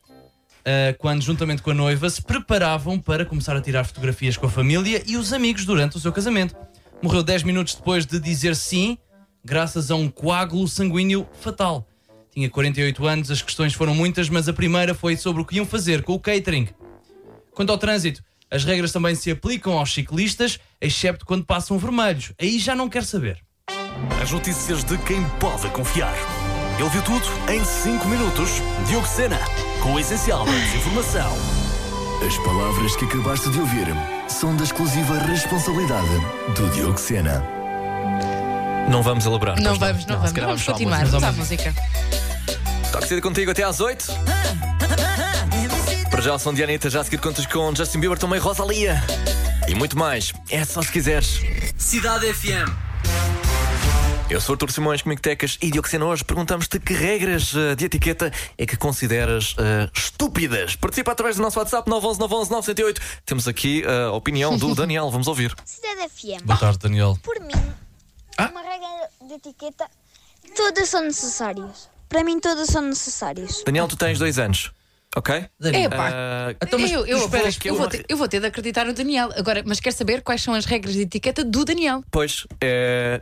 Speaker 5: ah, quando, juntamente com a noiva, se preparavam para começar a tirar fotografias com a família e os amigos durante o seu casamento. Morreu 10 minutos depois de dizer sim, graças a um coágulo sanguíneo fatal. Tinha 48 anos, as questões foram muitas, mas a primeira foi sobre o que iam fazer com o catering. Quanto ao trânsito, as regras também se aplicam aos ciclistas, excepto quando passam vermelhos. Aí já não quero saber.
Speaker 1: As notícias de quem pode confiar. Ele viu tudo em 5 minutos. Diogo Sena, com o essencial da desinformação. As palavras que acabaste de ouvir são da exclusiva responsabilidade do Diogo Sena.
Speaker 3: Não vamos elaborar.
Speaker 4: Não
Speaker 3: pois
Speaker 4: vamos, não, vamos.
Speaker 3: se calhar
Speaker 4: Vamos
Speaker 3: só à
Speaker 4: continuar.
Speaker 3: música.
Speaker 4: Vamos à música.
Speaker 3: Toque cedo contigo até às 8. Para já o som de Anitta, já a seguir contas com Justin Bieber, também Rosalia. E muito mais. É só se quiseres.
Speaker 1: Cidade FM.
Speaker 3: Eu sou o Artur Simões, comigo Tecas e Dioxena. Hoje perguntamos-te que regras eh, de etiqueta é que consideras eh, estúpidas. Participa através do nosso WhatsApp 911 911 908. Temos aqui eh, a opinião do Daniel. Vamos ouvir.
Speaker 12: Cidade FM,
Speaker 5: Boa tarde, Daniel.
Speaker 12: por mim,
Speaker 4: Ah.
Speaker 12: uma regra de etiqueta, todas são necessárias. Para mim, todas são necessárias.
Speaker 3: Daniel, tu tens dois anos. Ok?
Speaker 4: É
Speaker 5: Daniel.
Speaker 4: pá.
Speaker 3: Eh,
Speaker 4: eu, eu,
Speaker 3: esperas
Speaker 4: vou-
Speaker 3: que
Speaker 4: eu
Speaker 3: eu-
Speaker 4: vou ter, eu vou ter de acreditar no Daniel. Agora, mas quero saber quais são as regras de etiqueta do Daniel.
Speaker 3: pois, eh,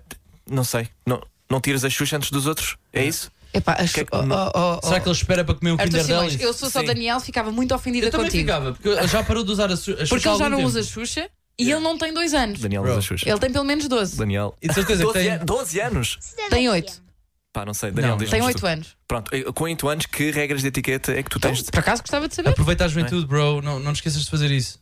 Speaker 3: não sei. Não, não tiras a Xuxa antes dos outros? É isso?
Speaker 4: Epá, acho,
Speaker 3: Que é que-
Speaker 4: oh, oh, oh,
Speaker 5: Será que ele espera para comer o
Speaker 4: Arthur
Speaker 5: Kinder
Speaker 4: Simões,
Speaker 5: Delis?
Speaker 4: eu se fosse ao
Speaker 5: Sim.
Speaker 4: Daniel, ficava muito ofendida
Speaker 5: Eu também
Speaker 4: contigo.
Speaker 5: ficava, porque eu- já parou de usar a su- a Xuxa
Speaker 4: Porque
Speaker 5: há
Speaker 4: ele já
Speaker 5: algum
Speaker 4: não
Speaker 5: tempo.
Speaker 4: usa Xuxa e ele não tem dois anos.
Speaker 3: Daniel
Speaker 5: Bro.
Speaker 3: usa Xuxa.
Speaker 4: Ele tem pelo menos 12.
Speaker 3: Daniel.
Speaker 5: E de certeza que
Speaker 3: 12,
Speaker 5: tem.
Speaker 3: an- 12 anos?
Speaker 12: Cidade
Speaker 4: Tem
Speaker 12: FM.
Speaker 4: oito.
Speaker 3: Pá, não sei. Daniel,
Speaker 5: Não,
Speaker 3: diz-nos
Speaker 4: Tem
Speaker 3: tu.
Speaker 4: 8 anos.
Speaker 3: Pronto, eh, com 8 anos, que regras de etiqueta é que tu tens? de-
Speaker 4: Por acaso gostava de saber?
Speaker 5: Aproveita a juventude,
Speaker 4: é?
Speaker 5: bro. Não, não te esqueças de fazer isso.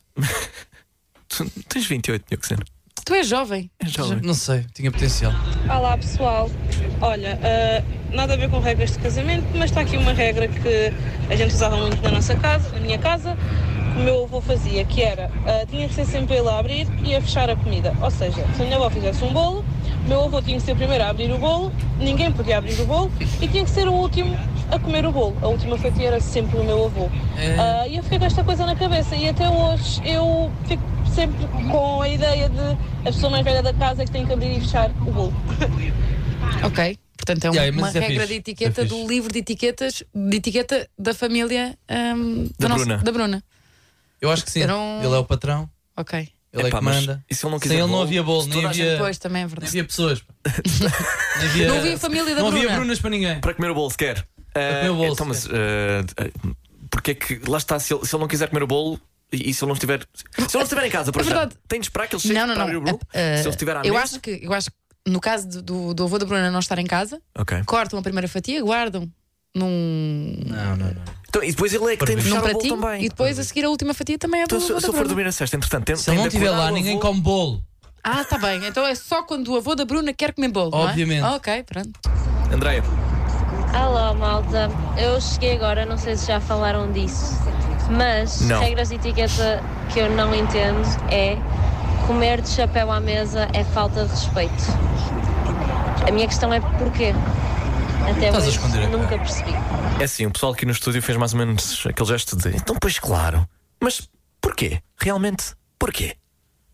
Speaker 3: Tu tens 28, Dioxena.
Speaker 4: Tu és jovem.
Speaker 3: É jovem.
Speaker 5: Não sei, tinha potencial.
Speaker 13: Olá pessoal, olha, ah, nada a ver com regras de casamento, mas está aqui uma regra que a gente usava muito na nossa casa, na minha casa, que o meu avô fazia, que era, ah, tinha que ser sempre ele a abrir e a fechar a comida. Ou seja, se a minha avó fizesse um bolo, o meu avô tinha que ser o primeiro a abrir o bolo, ninguém podia abrir o bolo e tinha que ser o último a comer o bolo. A última fatia era sempre o meu avô. Ah, E eu fiquei com esta coisa na cabeça e até hoje eu fico sempre com a ideia de a pessoa mais velha da casa é que tem que abrir e fechar o bolo.
Speaker 4: Ok. Portanto, é um-
Speaker 5: Yeah, mas
Speaker 4: uma
Speaker 5: isso é
Speaker 4: regra
Speaker 5: fixe.
Speaker 4: de etiqueta
Speaker 5: Isso é
Speaker 4: do
Speaker 5: fixe.
Speaker 4: livro de etiquetas, de etiqueta da família ahm, do
Speaker 3: Da
Speaker 4: nosso-
Speaker 3: Bruna.
Speaker 4: da Bruna.
Speaker 5: Eu acho que sim.
Speaker 4: Era um-
Speaker 5: Ele é o patrão,
Speaker 4: Ok.
Speaker 5: ele é,
Speaker 3: Epá,
Speaker 5: que
Speaker 3: mas
Speaker 5: manda.
Speaker 3: e se ele não quiser
Speaker 5: Sem ele não
Speaker 3: bolo?
Speaker 5: havia bolo,
Speaker 3: Se
Speaker 5: nem
Speaker 3: toda a
Speaker 5: havia,
Speaker 4: Depois também é
Speaker 5: nem
Speaker 4: verdade.
Speaker 5: havia pessoas. pá. nem havia,
Speaker 4: Não havia a família da
Speaker 5: não
Speaker 4: Bruna.
Speaker 5: havia Brunas para ninguém.
Speaker 3: Para comer o bolo, sequer.
Speaker 5: Para comer o bolo,
Speaker 3: então, mas. eh, porque é que. Lá está, se ele, se ele não quiser comer o bolo. E e se ele não estiver. Se ele não estiver em casa, por
Speaker 4: É
Speaker 3: já,
Speaker 4: verdade.
Speaker 3: tem de esperar que ele chegue
Speaker 4: Não, não,
Speaker 3: para abrir
Speaker 4: não.
Speaker 3: o bolo.
Speaker 4: Ah, ah,
Speaker 3: se ele estiver à
Speaker 4: eu
Speaker 3: mesa.
Speaker 4: acho que eu acho que no caso do- do, do avô da Bruna não estar em casa,
Speaker 3: Ok.
Speaker 4: cortam a primeira fatia, guardam num,
Speaker 5: Não, não, não.
Speaker 3: Então, e depois ele é que tem de
Speaker 4: num
Speaker 3: fechar o bolo
Speaker 4: pratinho
Speaker 3: também.
Speaker 4: e depois a seguir a última fatia também é do
Speaker 3: Então, se,
Speaker 4: avô
Speaker 3: se
Speaker 4: da
Speaker 3: eu for
Speaker 4: Bruna.
Speaker 3: dormir na sesta, entretanto, tem,
Speaker 5: Se
Speaker 3: tem
Speaker 5: ele não
Speaker 3: de
Speaker 5: estiver
Speaker 3: acordar
Speaker 5: lá,
Speaker 3: o
Speaker 5: ninguém
Speaker 3: avô.
Speaker 5: come bolo.
Speaker 4: Ah, tá bem. Então é só quando o avô da Bruna quer comer bolo, não é?
Speaker 5: Obviamente.
Speaker 4: Ah, ok, pronto.
Speaker 3: Andréia,
Speaker 13: Alô, malta. Eu cheguei agora, não sei se já falaram disso, mas
Speaker 3: Não.
Speaker 13: regras de etiqueta que eu não entendo é comer de chapéu à mesa é falta de respeito. A minha questão é porquê. Até
Speaker 5: Estás a
Speaker 13: hoje
Speaker 5: esconder a cara.
Speaker 13: nunca percebi.
Speaker 3: é assim, o pessoal aqui no estúdio fez mais ou menos aquele gesto de. Então, pois claro. Mas porquê? Realmente, porquê?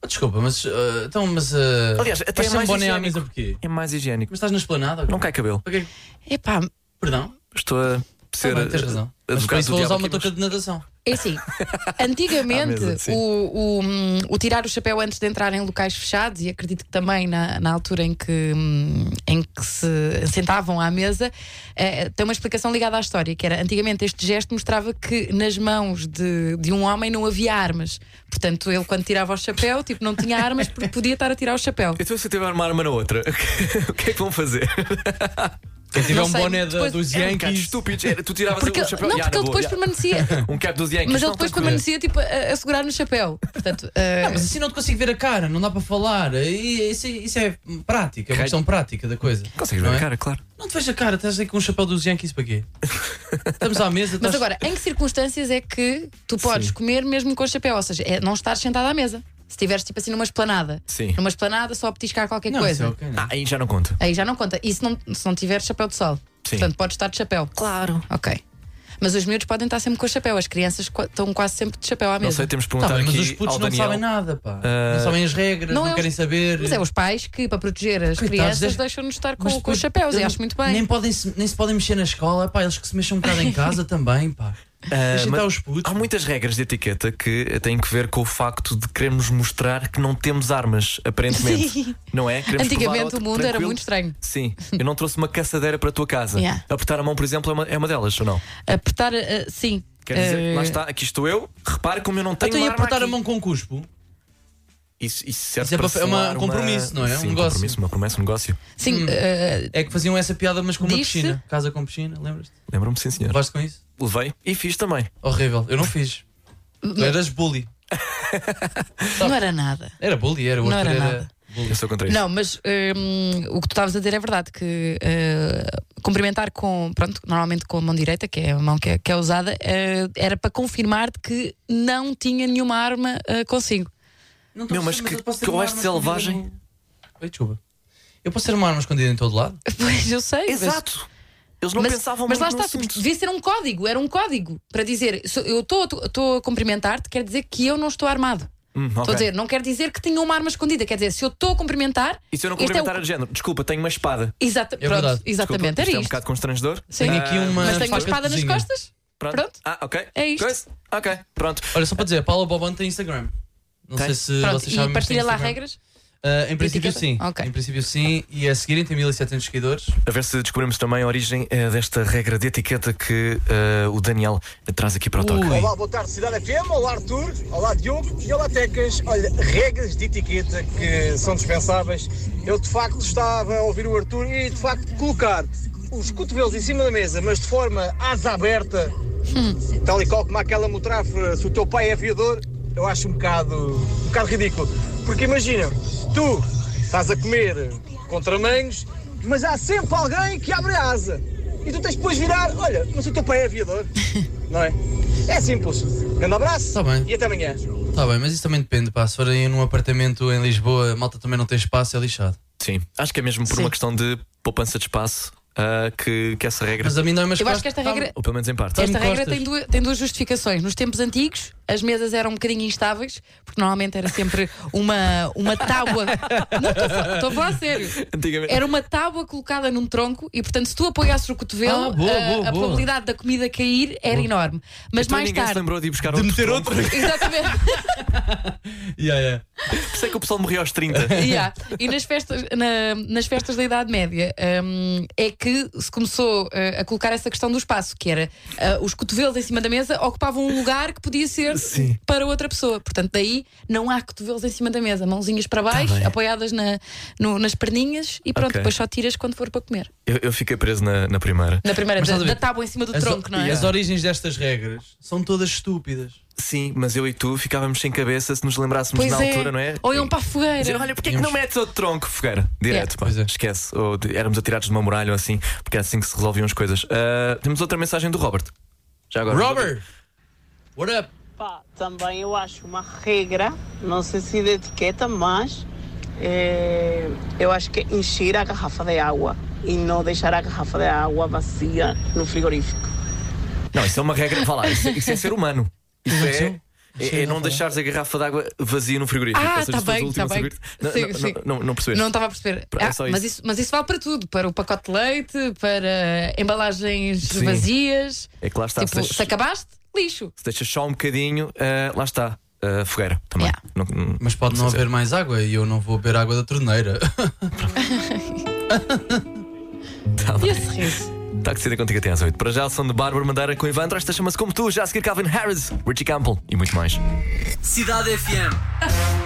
Speaker 5: Oh, Desculpa, mas. ah, então, mas. Uh,
Speaker 3: Aliás, até é
Speaker 5: um
Speaker 3: mais
Speaker 5: boné à
Speaker 3: higiênico.
Speaker 5: mesa porquê?
Speaker 3: É mais higiênico.
Speaker 5: Mas estás na esplanada?
Speaker 3: Não cai cabelo.
Speaker 5: Para quê?
Speaker 4: Epá,
Speaker 5: Perdão? Ah,
Speaker 3: Estou a. ser
Speaker 5: bem, tens
Speaker 3: eh,
Speaker 5: razão.
Speaker 3: advogado
Speaker 5: Mas para isso
Speaker 3: do
Speaker 5: vou usar
Speaker 3: diabo
Speaker 5: uma
Speaker 3: aqui,
Speaker 5: touca de natação.
Speaker 4: É assim,
Speaker 5: À
Speaker 4: antigamente
Speaker 5: mesa, sim.
Speaker 4: o, o, hum, o tirar o chapéu antes de entrar em locais fechados, e acredito que também na, na altura em que, hum, em que se sentavam à mesa, eh, tem uma explicação ligada à história, que era antigamente este gesto mostrava que nas mãos de, de um homem não havia armas. Portanto, ele quando tirava o chapéu, tipo, não tinha armas porque podia estar a tirar o chapéu.
Speaker 3: Então se eu tiver uma arma na outra, o que é que vão fazer?
Speaker 5: Quem tiver Não um sei, boné da- depois- dos
Speaker 3: É um bocado
Speaker 5: Yankees.
Speaker 3: estúpido. Era, tu
Speaker 5: É
Speaker 3: tiravas
Speaker 4: Porque
Speaker 3: o
Speaker 4: ele-
Speaker 3: chapéu
Speaker 4: não,
Speaker 3: e, ah,
Speaker 4: porque
Speaker 3: na
Speaker 4: ele
Speaker 3: boa,
Speaker 4: depois
Speaker 3: já.
Speaker 4: permanecia.
Speaker 3: Um cap dos Yankees.
Speaker 4: Mas ele
Speaker 3: não,
Speaker 4: depois
Speaker 3: tá tudo bem.
Speaker 4: permanecia tipo, a, a segurar no chapéu. Portanto, eh,
Speaker 5: Mas assim não te consigo ver a cara, não dá para falar. E Isso, é- isso é prática, é uma
Speaker 3: Raio.
Speaker 5: questão prática da coisa.
Speaker 3: Consegues
Speaker 5: não
Speaker 3: ver
Speaker 5: é?
Speaker 3: a cara, claro.
Speaker 5: Não te vejo a cara, estás aí com um chapéu dos Yankees para quê? Estamos à mesa,
Speaker 4: Mas
Speaker 5: estás-
Speaker 4: agora, em que circunstâncias é que tu podes comer mesmo com chapéu? Ou seja, é não estar sentado à mesa. Se estiveres tipo assim numa esplanada.
Speaker 3: Sim.
Speaker 4: Numa esplanada só a petiscar qualquer
Speaker 3: Não,
Speaker 4: coisa.
Speaker 3: isso é ok, não é? Ah, aí já não conta.
Speaker 4: Aí já não conta. E se não, se não tiveres chapéu de sol?
Speaker 3: Sim.
Speaker 4: Portanto, podes estar de chapéu.
Speaker 3: Claro.
Speaker 4: Ok. Mas os miúdos podem estar sempre com o chapéu. As crianças qua- estão quase sempre de chapéu à mesa. Então,
Speaker 3: Não sei, temos de perguntar
Speaker 5: Tá bem, mas
Speaker 3: Ah, aqui
Speaker 5: os putos
Speaker 3: ao
Speaker 5: não
Speaker 3: Daniel.
Speaker 5: sabem nada, pá.
Speaker 3: Ah,
Speaker 5: Não sabem as regras, não,
Speaker 4: é os-
Speaker 5: querem saber.
Speaker 4: Mas é os pais que, para proteger as
Speaker 5: Coitados,
Speaker 4: crianças,
Speaker 5: deixa-
Speaker 4: deixam-nos estar com,
Speaker 5: Mas
Speaker 4: com
Speaker 5: depois-
Speaker 4: os chapéus. E
Speaker 5: eu-
Speaker 4: acho muito bem.
Speaker 5: Nem, podem se, nem se podem mexer na escola, pá, eles que se mexam um bocado em casa também, pá.
Speaker 3: Ah,
Speaker 5: Deixem
Speaker 3: mas
Speaker 5: estar os putos.
Speaker 3: Há muitas regras de etiqueta que têm que ver com o facto de queremos mostrar que não temos armas, aparentemente.
Speaker 4: Sim.
Speaker 3: Não é? Queremos provar ao
Speaker 4: Antigamente
Speaker 3: outro
Speaker 4: o
Speaker 3: que
Speaker 4: mundo era
Speaker 3: tranquilo-
Speaker 4: muito estranho.
Speaker 3: Sim, eu não trouxe uma caçadeira para a tua casa.
Speaker 4: Yeah.
Speaker 3: Apertar a mão, por exemplo, é uma, é uma delas, ou não?
Speaker 4: Apertar, eh, sim.
Speaker 3: Quer dizer,
Speaker 4: Eh,
Speaker 3: lá está, aqui estou eu, repare como eu não tenho
Speaker 5: Então ia
Speaker 3: uma arma
Speaker 5: apertar
Speaker 3: aqui.
Speaker 5: a mão com cuspo.
Speaker 3: Isso, isso serve
Speaker 5: Isso é
Speaker 3: para
Speaker 5: para- é uma-
Speaker 3: selar
Speaker 5: um compromisso, não é? Um
Speaker 3: Sim,
Speaker 5: negócio.
Speaker 3: compromisso, uma promessa, um negócio.
Speaker 4: Sim, eh,
Speaker 5: É que faziam essa piada, mas com uma
Speaker 4: Disse-
Speaker 5: piscina. Casa com piscina, lembras-te?
Speaker 3: Lembro-me, sim, senhor.
Speaker 5: Levaste com isso?
Speaker 3: Levei e fiz também.
Speaker 5: Horrível, eu não fiz. Tu eras bully.
Speaker 4: não era nada.
Speaker 5: Era bully, era o
Speaker 4: Não
Speaker 5: outro.
Speaker 4: era
Speaker 5: Era,
Speaker 4: nada.
Speaker 5: bully.
Speaker 3: Eu sou contra isso.
Speaker 4: Não, mas hum, o que tu estavas a dizer é verdade, que eh, cumprimentar com, pronto, normalmente com a mão direita, que é a mão que é, que é usada, eh, era para confirmar de que não tinha nenhuma arma eh, consigo.
Speaker 5: Não
Speaker 3: Meu, mas que, que oeste selvagem.
Speaker 5: Oi, desculpa. Eu posso ter uma arma escondida em todo lado?
Speaker 4: Pois eu sei. mas-
Speaker 3: Exato. Eles não
Speaker 4: mas,
Speaker 3: pensavam
Speaker 4: mas lá
Speaker 3: muito no
Speaker 4: está,
Speaker 3: assunto.
Speaker 4: devia ser um código, era um código para dizer "Sou- eu estou- estou a cumprimentar-te, quer dizer que eu não estou armado.
Speaker 3: Hum,
Speaker 4: Estou
Speaker 3: ok.
Speaker 4: a dizer, não quer dizer que tinha uma arma escondida, quer dizer, se eu estou a cumprimentar.
Speaker 3: E se eu não
Speaker 4: este é o-
Speaker 3: cumprimentar de género? Desculpa, tenho uma espada.
Speaker 4: Exata-
Speaker 5: É
Speaker 4: pronto,
Speaker 5: verdade.
Speaker 4: exatamente,
Speaker 3: Desculpa,
Speaker 4: era
Speaker 3: isto é um
Speaker 4: isto.
Speaker 3: bocado constrangedor.
Speaker 4: Sim.
Speaker 5: Tenho aqui uma
Speaker 4: Ah, Mas tenho uma
Speaker 5: faca de
Speaker 4: espada nas
Speaker 5: cozinha.
Speaker 4: costas?
Speaker 3: Pronto.
Speaker 4: Pronto.
Speaker 3: Ah, ok.
Speaker 4: É isto.
Speaker 3: Coisa? Ok, pronto.
Speaker 5: Olha, só para dizer, a Paula Bobante tem Instagram. Não
Speaker 3: Tem?
Speaker 5: sei se
Speaker 4: Pronto,
Speaker 5: vocês
Speaker 4: e
Speaker 5: sabem. mas tem
Speaker 4: partilha lá
Speaker 5: Instagram.
Speaker 4: regras?
Speaker 5: Ah, em princípio,
Speaker 4: etiqueta?
Speaker 5: sim.
Speaker 4: Ok.
Speaker 5: Em princípio, sim. E a seguirem tem 1700 seguidores.
Speaker 3: A ver se descobrimos também a origem eh, desta regra de etiqueta que eh, o Daniel traz aqui para o toque.
Speaker 8: Olá, boa tarde, Cidade FM. Olá, Arthur. Olá, Diogo. E olá, Tecas. Olha, regras de etiqueta que são dispensáveis. Eu, de facto, estava a ouvir o Arthur e, de facto, colocar os cotovelos em cima da mesa, mas de forma asa aberta, tal e qual como aquela motráfora, se o teu pai é aviador, eu acho um bocado, um bocado ridículo. Porque imagina, tu estás a comer com tramanhos, mas há sempre alguém que abre a asa. E tu tens depois de virar, olha, mas o teu pai é aviador, não é? É simples. Grande abraço
Speaker 5: Tá bem.
Speaker 8: e até amanhã.
Speaker 5: Tá bem, mas isso também depende, pá. Se forem num apartamento em Lisboa, a malta também não tem espaço, é lixado.
Speaker 3: Sim, acho que é mesmo por
Speaker 4: Sim.
Speaker 3: uma questão de poupança de espaço ah, que, que essa regra.
Speaker 5: Mas a mim é dá umas
Speaker 4: Eu acho que esta regra- é
Speaker 3: Ou pelo menos em parte.
Speaker 4: Esta regra
Speaker 5: costas.
Speaker 4: tem duas, tem duas justificações. Nos tempos antigos, as mesas eram um bocadinho instáveis, porque normalmente era sempre uma, uma tábua. Não, estou a fa- estou a falar a sério.
Speaker 3: Antigamente.
Speaker 4: Era uma tábua colocada num tronco e, portanto, se tu apoiasses o cotovelo,
Speaker 5: Ah, boa,
Speaker 4: a-
Speaker 5: boa,
Speaker 4: a,
Speaker 5: boa.
Speaker 4: probabilidade da comida cair era enorme. Mas
Speaker 3: Então ninguém
Speaker 4: mais
Speaker 3: se
Speaker 4: tarde.
Speaker 3: lembrou de ir buscar outro. meter outro.
Speaker 4: Exatamente.
Speaker 5: Yeah, yeah.
Speaker 3: Por isso é que o pessoal morreu aos 30.
Speaker 4: Yeah. E nas festas, na- nas festas da Idade Média hum, é que se começou eh, a colocar essa questão do espaço, que era ah, os cotovelos em cima da mesa ocupavam um lugar que podia ser para outra pessoa. Portanto, daí não há cotovelos em cima da mesa, mãozinhas para baixo,
Speaker 3: Tá bem.
Speaker 4: apoiadas na- no- nas perninhas e pronto,
Speaker 3: Ok.
Speaker 4: depois só tiras quando for para comer.
Speaker 3: Eu, eu fiquei preso na, na primeira.
Speaker 4: Na primeira,
Speaker 5: Mas
Speaker 4: da,
Speaker 5: estás a ver?
Speaker 4: da tábua em cima do
Speaker 5: As o-
Speaker 4: tronco, não é?
Speaker 5: E as origens destas regras são todas estúpidas.
Speaker 3: Sim, mas eu e tu ficávamos sem cabeça se nos lembrássemos
Speaker 4: Pois
Speaker 3: na
Speaker 4: é.
Speaker 3: altura, não é?
Speaker 4: Olham para a
Speaker 3: Dizer,
Speaker 4: fogueira.
Speaker 3: olha, porquê é que não metes outro tronco? Fogueira,
Speaker 4: É,
Speaker 3: direto, pá. Esquece. Ou de- éramos atirados de uma muralha ou assim, porque é assim que se resolviam as coisas. Ah, temos outra mensagem do Robert. Já agora.
Speaker 5: Robert! What up?
Speaker 6: Pá, também eu acho uma regra, não sei se de etiqueta, mas eh, eu acho que encher a garrafa de água e não deixar a garrafa de água vazia no frigorífico.
Speaker 3: Não, isso é uma regra. Vá lá, isso, é- isso é ser humano. Isso é. É, é não deixares a garrafa d'água vazia no frigorífico.
Speaker 4: Ah,
Speaker 3: Ou seja,
Speaker 4: tá
Speaker 3: se fores
Speaker 4: bem,
Speaker 3: a última
Speaker 4: tá
Speaker 3: a
Speaker 4: bem.
Speaker 3: servir- Não,
Speaker 4: Sim,
Speaker 3: não,
Speaker 4: sim.
Speaker 3: não, não, não percebeste.
Speaker 4: Não estava a perceber.
Speaker 3: Pr- é
Speaker 4: Ah,
Speaker 3: só
Speaker 4: mas,
Speaker 3: isso.
Speaker 4: isso, mas isso vale para tudo: para o pacote de leite, para embalagens
Speaker 3: Sim.
Speaker 4: vazias.
Speaker 3: É que lá está. se,
Speaker 4: tipo,
Speaker 3: deixas,
Speaker 4: se acabaste, lixo.
Speaker 3: se deixas só um bocadinho, ah, lá está. ah, fogueira também. Não- não-
Speaker 5: Mas pode não haver mais água e eu não vou beber água da torneira.
Speaker 3: Tá
Speaker 4: E
Speaker 3: bem.
Speaker 4: esse riso?
Speaker 3: Está Tá que ser contigo até às 8. Para já, são de Bárbara Mandeira com Ivan Esta chama-se como tu, já a seguir Calvin Harris, Richie Campbell e muito mais.
Speaker 11: Cidade FM.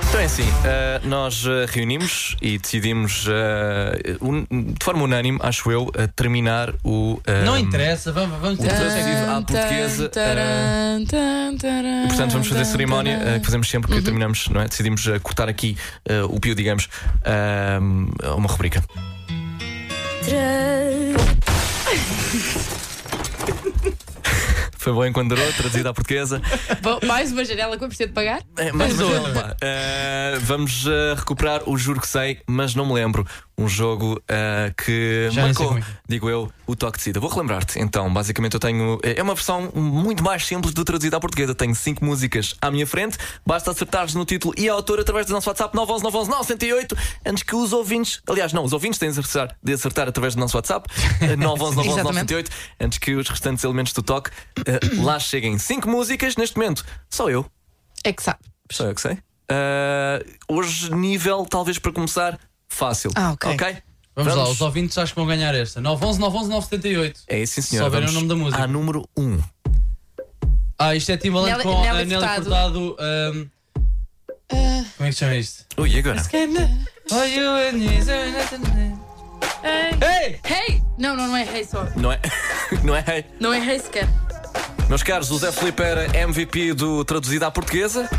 Speaker 3: Então é assim, eh, nós eh, reunimos e decidimos, eh, un- de forma unânime, acho eu, eh, terminar o. eh,
Speaker 5: Não interessa, vamos, vamos
Speaker 3: O
Speaker 4: é-
Speaker 3: traduzido à portuguesa. eh, e, portanto, vamos fazer a cerimónia eh, que fazemos sempre que terminamos, não é? Decidimos eh, cortar aqui eh, o pio, digamos, eh, a uma rubrica. Foi bom enquanto durou, traduzido à portuguesa.
Speaker 4: Bom, mais uma janela que eu preciso de pagar.
Speaker 3: É, mais uma vez, pá. Eh, vamos eh, recuperar o Juro que Sei, mas não me lembro. Um jogo eh, que
Speaker 5: Já nem sei
Speaker 3: marcou,
Speaker 5: como é
Speaker 3: digo eu, o toque de sida. Vou relembrar-te. Então, basicamente, eu tenho. É uma versão muito mais simples do traduzido à portuguesa. Tenho cinco músicas à minha frente. Basta acertares no título e a autor através do nosso WhatsApp 911 911 908 antes que os ouvintes. Aliás, não, os ouvintes têm de acertar, de acertar através do nosso WhatsApp eh, 911 911
Speaker 5: Exatamente.
Speaker 3: 908 antes que os restantes elementos do toque eh, lá cheguem. Cinco músicas neste momento. Só eu.
Speaker 4: É que sabe.
Speaker 3: Sou eu que sei. Ah, hoje, nível, talvez para começar, fácil.
Speaker 5: Ah, ok. Vamos, lá, os ouvintes acho que vão ganhar esta. 911 911 978.
Speaker 3: É isso, sim,
Speaker 5: Se
Speaker 3: senhora.
Speaker 5: souberem o
Speaker 3: Vamos
Speaker 5: nome da música.
Speaker 3: À número 1.
Speaker 5: Ah, isto é Timbaland
Speaker 4: Nelly-
Speaker 5: com
Speaker 4: Nelly
Speaker 5: a Nelly
Speaker 4: Furtado. Ah.
Speaker 5: Furtado. ahm, como é que se chama isto?
Speaker 3: Ui, e agora?
Speaker 4: Hey! Hey! Não, não, não é hey só.
Speaker 3: Não é? Não é?
Speaker 4: Não é hey sequer.
Speaker 3: Meus caros, o Zé Felipe era MVP do Traduzido à Portuguesa.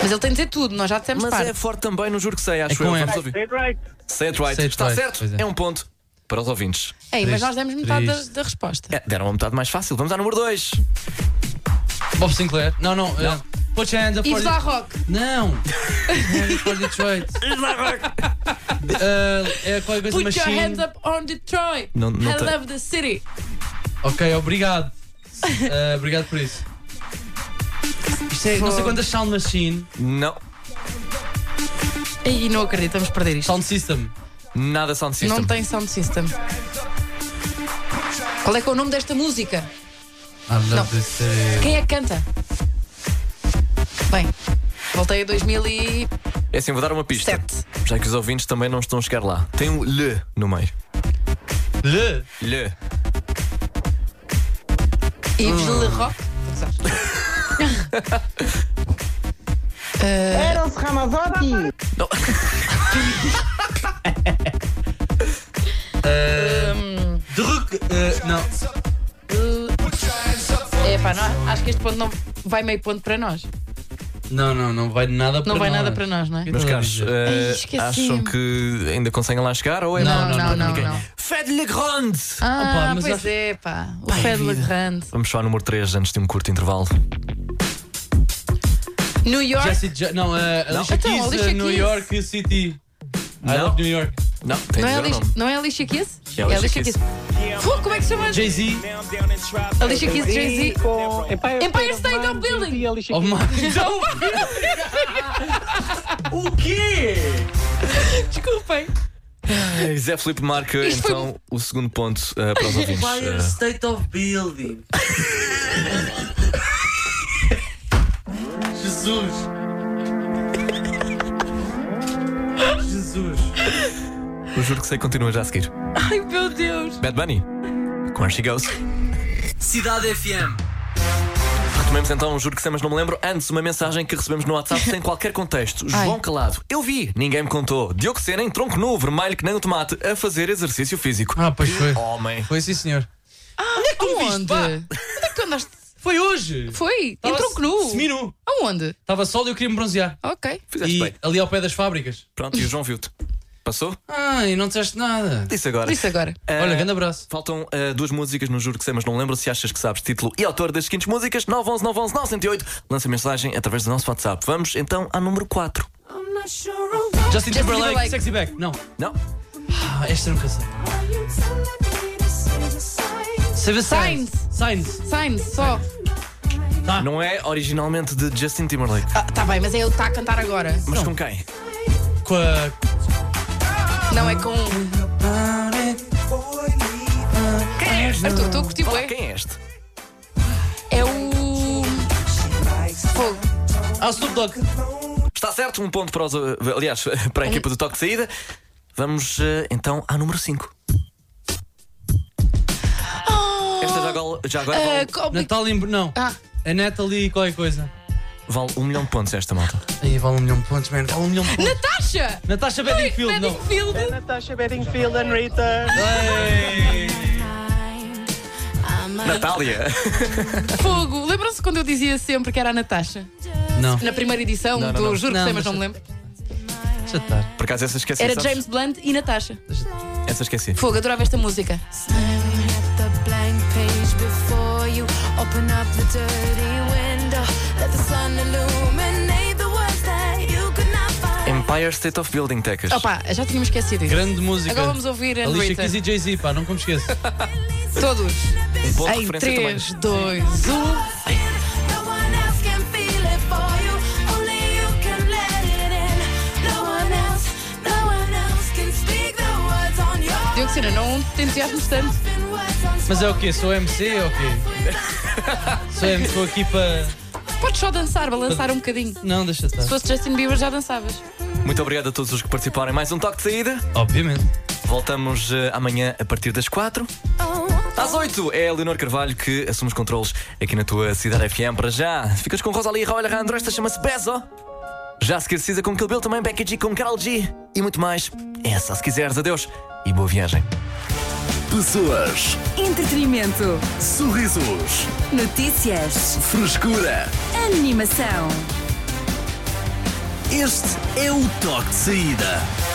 Speaker 4: Mas ele tem de dizer tudo, nós já dissemos
Speaker 3: Mas
Speaker 4: parte.
Speaker 3: é forte também, não juro que sei, acho
Speaker 5: É com
Speaker 3: eu.
Speaker 5: F.
Speaker 3: Vamos ouvir. Say it right.
Speaker 5: Say it
Speaker 3: Está
Speaker 5: right,
Speaker 3: certo?
Speaker 5: pois
Speaker 3: É. um ponto para os ouvintes.
Speaker 4: Ei, mas nós demos metade da,
Speaker 3: Triste.
Speaker 4: da resposta.
Speaker 3: É, deram uma metade mais fácil. Vamos à número 2.
Speaker 5: Bob Sinclair. Não, não. eh, Put your hands up for
Speaker 4: Ives
Speaker 5: the-
Speaker 4: à rock.
Speaker 5: Não! for Detroit. Eh, é qualquer coisa
Speaker 4: Put your
Speaker 5: machine.
Speaker 4: hands up on Detroit.
Speaker 5: Não- não
Speaker 4: I
Speaker 5: tem-
Speaker 4: love the city.
Speaker 5: Ok, obrigado. Eh, obrigado por isso. Isto é, não sei quantas Sound Machine.
Speaker 3: Não.
Speaker 4: E não acredito, vamos perder isto.
Speaker 5: Sound System.
Speaker 3: Nada Sound System.
Speaker 4: Não tem sound system. Qual é que é o nome desta música?
Speaker 5: I love
Speaker 4: Não.
Speaker 5: this city.
Speaker 4: Quem é que canta? Bem, voltei a 2000 e.
Speaker 3: É assim, vou dar uma pista. Já que os ouvintes também não estão a chegar lá. Tem um le no meio.
Speaker 5: Le?
Speaker 3: Le.
Speaker 4: Yves Le Rock.
Speaker 11: Eros Ramazotti.
Speaker 5: Druk. eh, não.
Speaker 4: É pá, acho que este ponto não vai meio ponto para nós.
Speaker 5: Não, não, não vai nada para
Speaker 4: Não vai
Speaker 5: nós.
Speaker 4: nada para nós, não é?
Speaker 3: Meus caros, eh,
Speaker 4: esqueci-me.
Speaker 3: acham que ainda conseguem lá chegar
Speaker 5: eh,
Speaker 3: ou é
Speaker 4: Não,
Speaker 3: nada
Speaker 4: não,
Speaker 3: para
Speaker 4: não,
Speaker 3: ninguém?
Speaker 4: não.
Speaker 3: Fed Legrand!
Speaker 4: Ah,
Speaker 5: Opa, mas
Speaker 4: pois
Speaker 5: acho-
Speaker 4: é, pá. O Fed Legrand.
Speaker 3: Vamos só ao número 3 antes de um curto intervalo.
Speaker 4: New York.
Speaker 5: Jesse J- não, eh, Alicia
Speaker 4: Então,
Speaker 5: Keys,
Speaker 4: Alicia
Speaker 5: eh, New
Speaker 4: Keys.
Speaker 5: York City. I love New York.
Speaker 3: Não, tem
Speaker 4: Não é,
Speaker 3: de dizer o
Speaker 4: Alicia,
Speaker 3: nome.
Speaker 4: não é Alicia Keys?
Speaker 3: É Alicia Keys.
Speaker 4: Fu, como é que se chama?
Speaker 5: Jay-Z.
Speaker 4: Alicia Keys, é Jay-Z.
Speaker 8: Com Empire,
Speaker 4: Empire State of Building.
Speaker 8: Alicia
Speaker 5: Oh,
Speaker 8: Keys.
Speaker 5: my-
Speaker 11: O quê?
Speaker 4: Desculpem.
Speaker 3: Ai, Zé Felipe marca
Speaker 11: Isto foi
Speaker 3: então o segundo ponto eh, para os ouvintes.
Speaker 5: Empire
Speaker 3: Eh,
Speaker 5: State of Building. Jesus. Jesus.
Speaker 3: eu juro que sei, continua já a seguir.
Speaker 4: Ai meu Deus.
Speaker 3: Bad Bunny, com She Goes.
Speaker 11: Cidade FM.
Speaker 3: Retomemos então, juro que sei, mas não me lembro. Antes, uma mensagem que recebemos no WhatsApp sem qualquer contexto. João Calado, eu vi, ninguém me contou. Diogo Sena em tronco nu, vermelho que nem o tomate, a fazer exercício físico.
Speaker 5: Ah, pois foi.
Speaker 3: Homem.
Speaker 5: Foi sim, senhor.
Speaker 4: Onde é que tu Onde é que tu andaste?
Speaker 5: Foi hoje.
Speaker 4: Foi?
Speaker 5: Tava
Speaker 4: Entrou nu?
Speaker 5: seminu.
Speaker 4: Aonde?
Speaker 5: Estava sol e eu queria me bronzear.
Speaker 4: Ok.
Speaker 3: Fizeste
Speaker 5: e
Speaker 3: bem.
Speaker 5: ali ao pé das fábricas.
Speaker 3: Pronto, e o João viu-te. Passou?
Speaker 5: Ah, e não disseste nada.
Speaker 3: Disse agora. Ah,
Speaker 4: Isso agora.
Speaker 5: Olha, grande abraço.
Speaker 3: Faltam eh, duas músicas, não juro que sei, mas não lembro se achas que sabes título e autor das seguintes músicas. 911 911 908. Lança mensagem através do nosso WhatsApp. Vamos então à número 4.
Speaker 5: Justin
Speaker 11: Justin
Speaker 5: Timberlake,
Speaker 11: Timberlake.
Speaker 5: Sexy Back. Não.
Speaker 3: Não?
Speaker 5: Ah, esta eu nunca sei. Save a Signs. Signs.
Speaker 4: Signs, só.
Speaker 3: Não é originalmente de Justin Timberlake.
Speaker 4: Ah, tá bem, mas é ele que está a cantar agora.
Speaker 3: Mas com quem?
Speaker 5: Com a.
Speaker 4: Não é com. Quem é este? Arthur, estou a curtir bué.
Speaker 3: Quem é este?
Speaker 4: É o. Fogo.
Speaker 5: Ah, Snoop Dogg.
Speaker 3: Está certo, um ponto para os. uh, Aliás, para a equipa do toque de saída. Vamos uh, então ao número 5. Esta já agora, já agora vale, um,
Speaker 5: Natalie. Não.
Speaker 4: Ah.
Speaker 5: A Natalie qualquer coisa.
Speaker 3: vale um milhão de pontos esta malta.
Speaker 5: Aí vale um milhão de pontos, man. Vale um milhão de pontos.
Speaker 4: Natasha!
Speaker 5: Natasha Bedingfield, não.
Speaker 4: É
Speaker 6: Natasha Bedingfield and Rita.
Speaker 3: Natália!
Speaker 4: Fogo. Lembram-se quando eu dizia sempre que era a Natasha?
Speaker 3: Não.
Speaker 4: Na primeira edição
Speaker 3: Não, não,
Speaker 4: do
Speaker 3: não.
Speaker 4: Juro que
Speaker 3: Não,
Speaker 4: sei,
Speaker 3: mas
Speaker 4: mas não me lembro.
Speaker 3: Por acaso essa esqueci.
Speaker 4: Era
Speaker 3: sabes?
Speaker 4: James Blunt e Natasha.
Speaker 3: Essa esqueci.
Speaker 4: Fogo, adorava esta música.
Speaker 11: the blank page before you. Open up the dirty window. Let the sun illuminate the words that you could not find.
Speaker 3: Empire State of Building, Tecas.
Speaker 4: Opa, já tínhamos esquecido isso.
Speaker 5: Grande música.
Speaker 4: Agora vamos ouvir a
Speaker 5: Alicia
Speaker 4: Rita.
Speaker 5: Keys e Jay-Z, pá, não como esqueço.
Speaker 4: Todos.
Speaker 3: Um ponto de
Speaker 4: em um.
Speaker 3: referência
Speaker 4: 3,
Speaker 3: também.
Speaker 4: 2, 1.
Speaker 11: No one else can feel it for you. Only you can let it in. No one else, no one else can speak the words on your
Speaker 4: Diogo Sena, não te entusiasmes tanto.
Speaker 5: Mas é o quê? Sou MC ou o quê? Sou MC, estou aqui para.
Speaker 4: Podes só dançar, balançar um bocadinho.
Speaker 5: Não, deixa estar.
Speaker 4: Se fosse Justin Bieber, já dançavas.
Speaker 3: Muito obrigado a todos os que participaram em mais um toque de saída.
Speaker 5: Obviamente.
Speaker 3: Voltamos eh, amanhã a partir das 4. Às 8 é a Leonor Carvalho que assume os controles aqui na tua cidade FM. Para já, ficas com Rosalie e Raul Alejandro. Esta chama-se Bezo. Já se quiser com Kill Bill, também Becky G com Carl G. E muito mais. É só se quiseres. Adeus e boa viagem.
Speaker 1: Pessoas,
Speaker 2: Entretenimento.
Speaker 1: sorrisos,
Speaker 2: Notícias.
Speaker 1: frescura.
Speaker 2: Animação.
Speaker 1: Este é o toque de saída.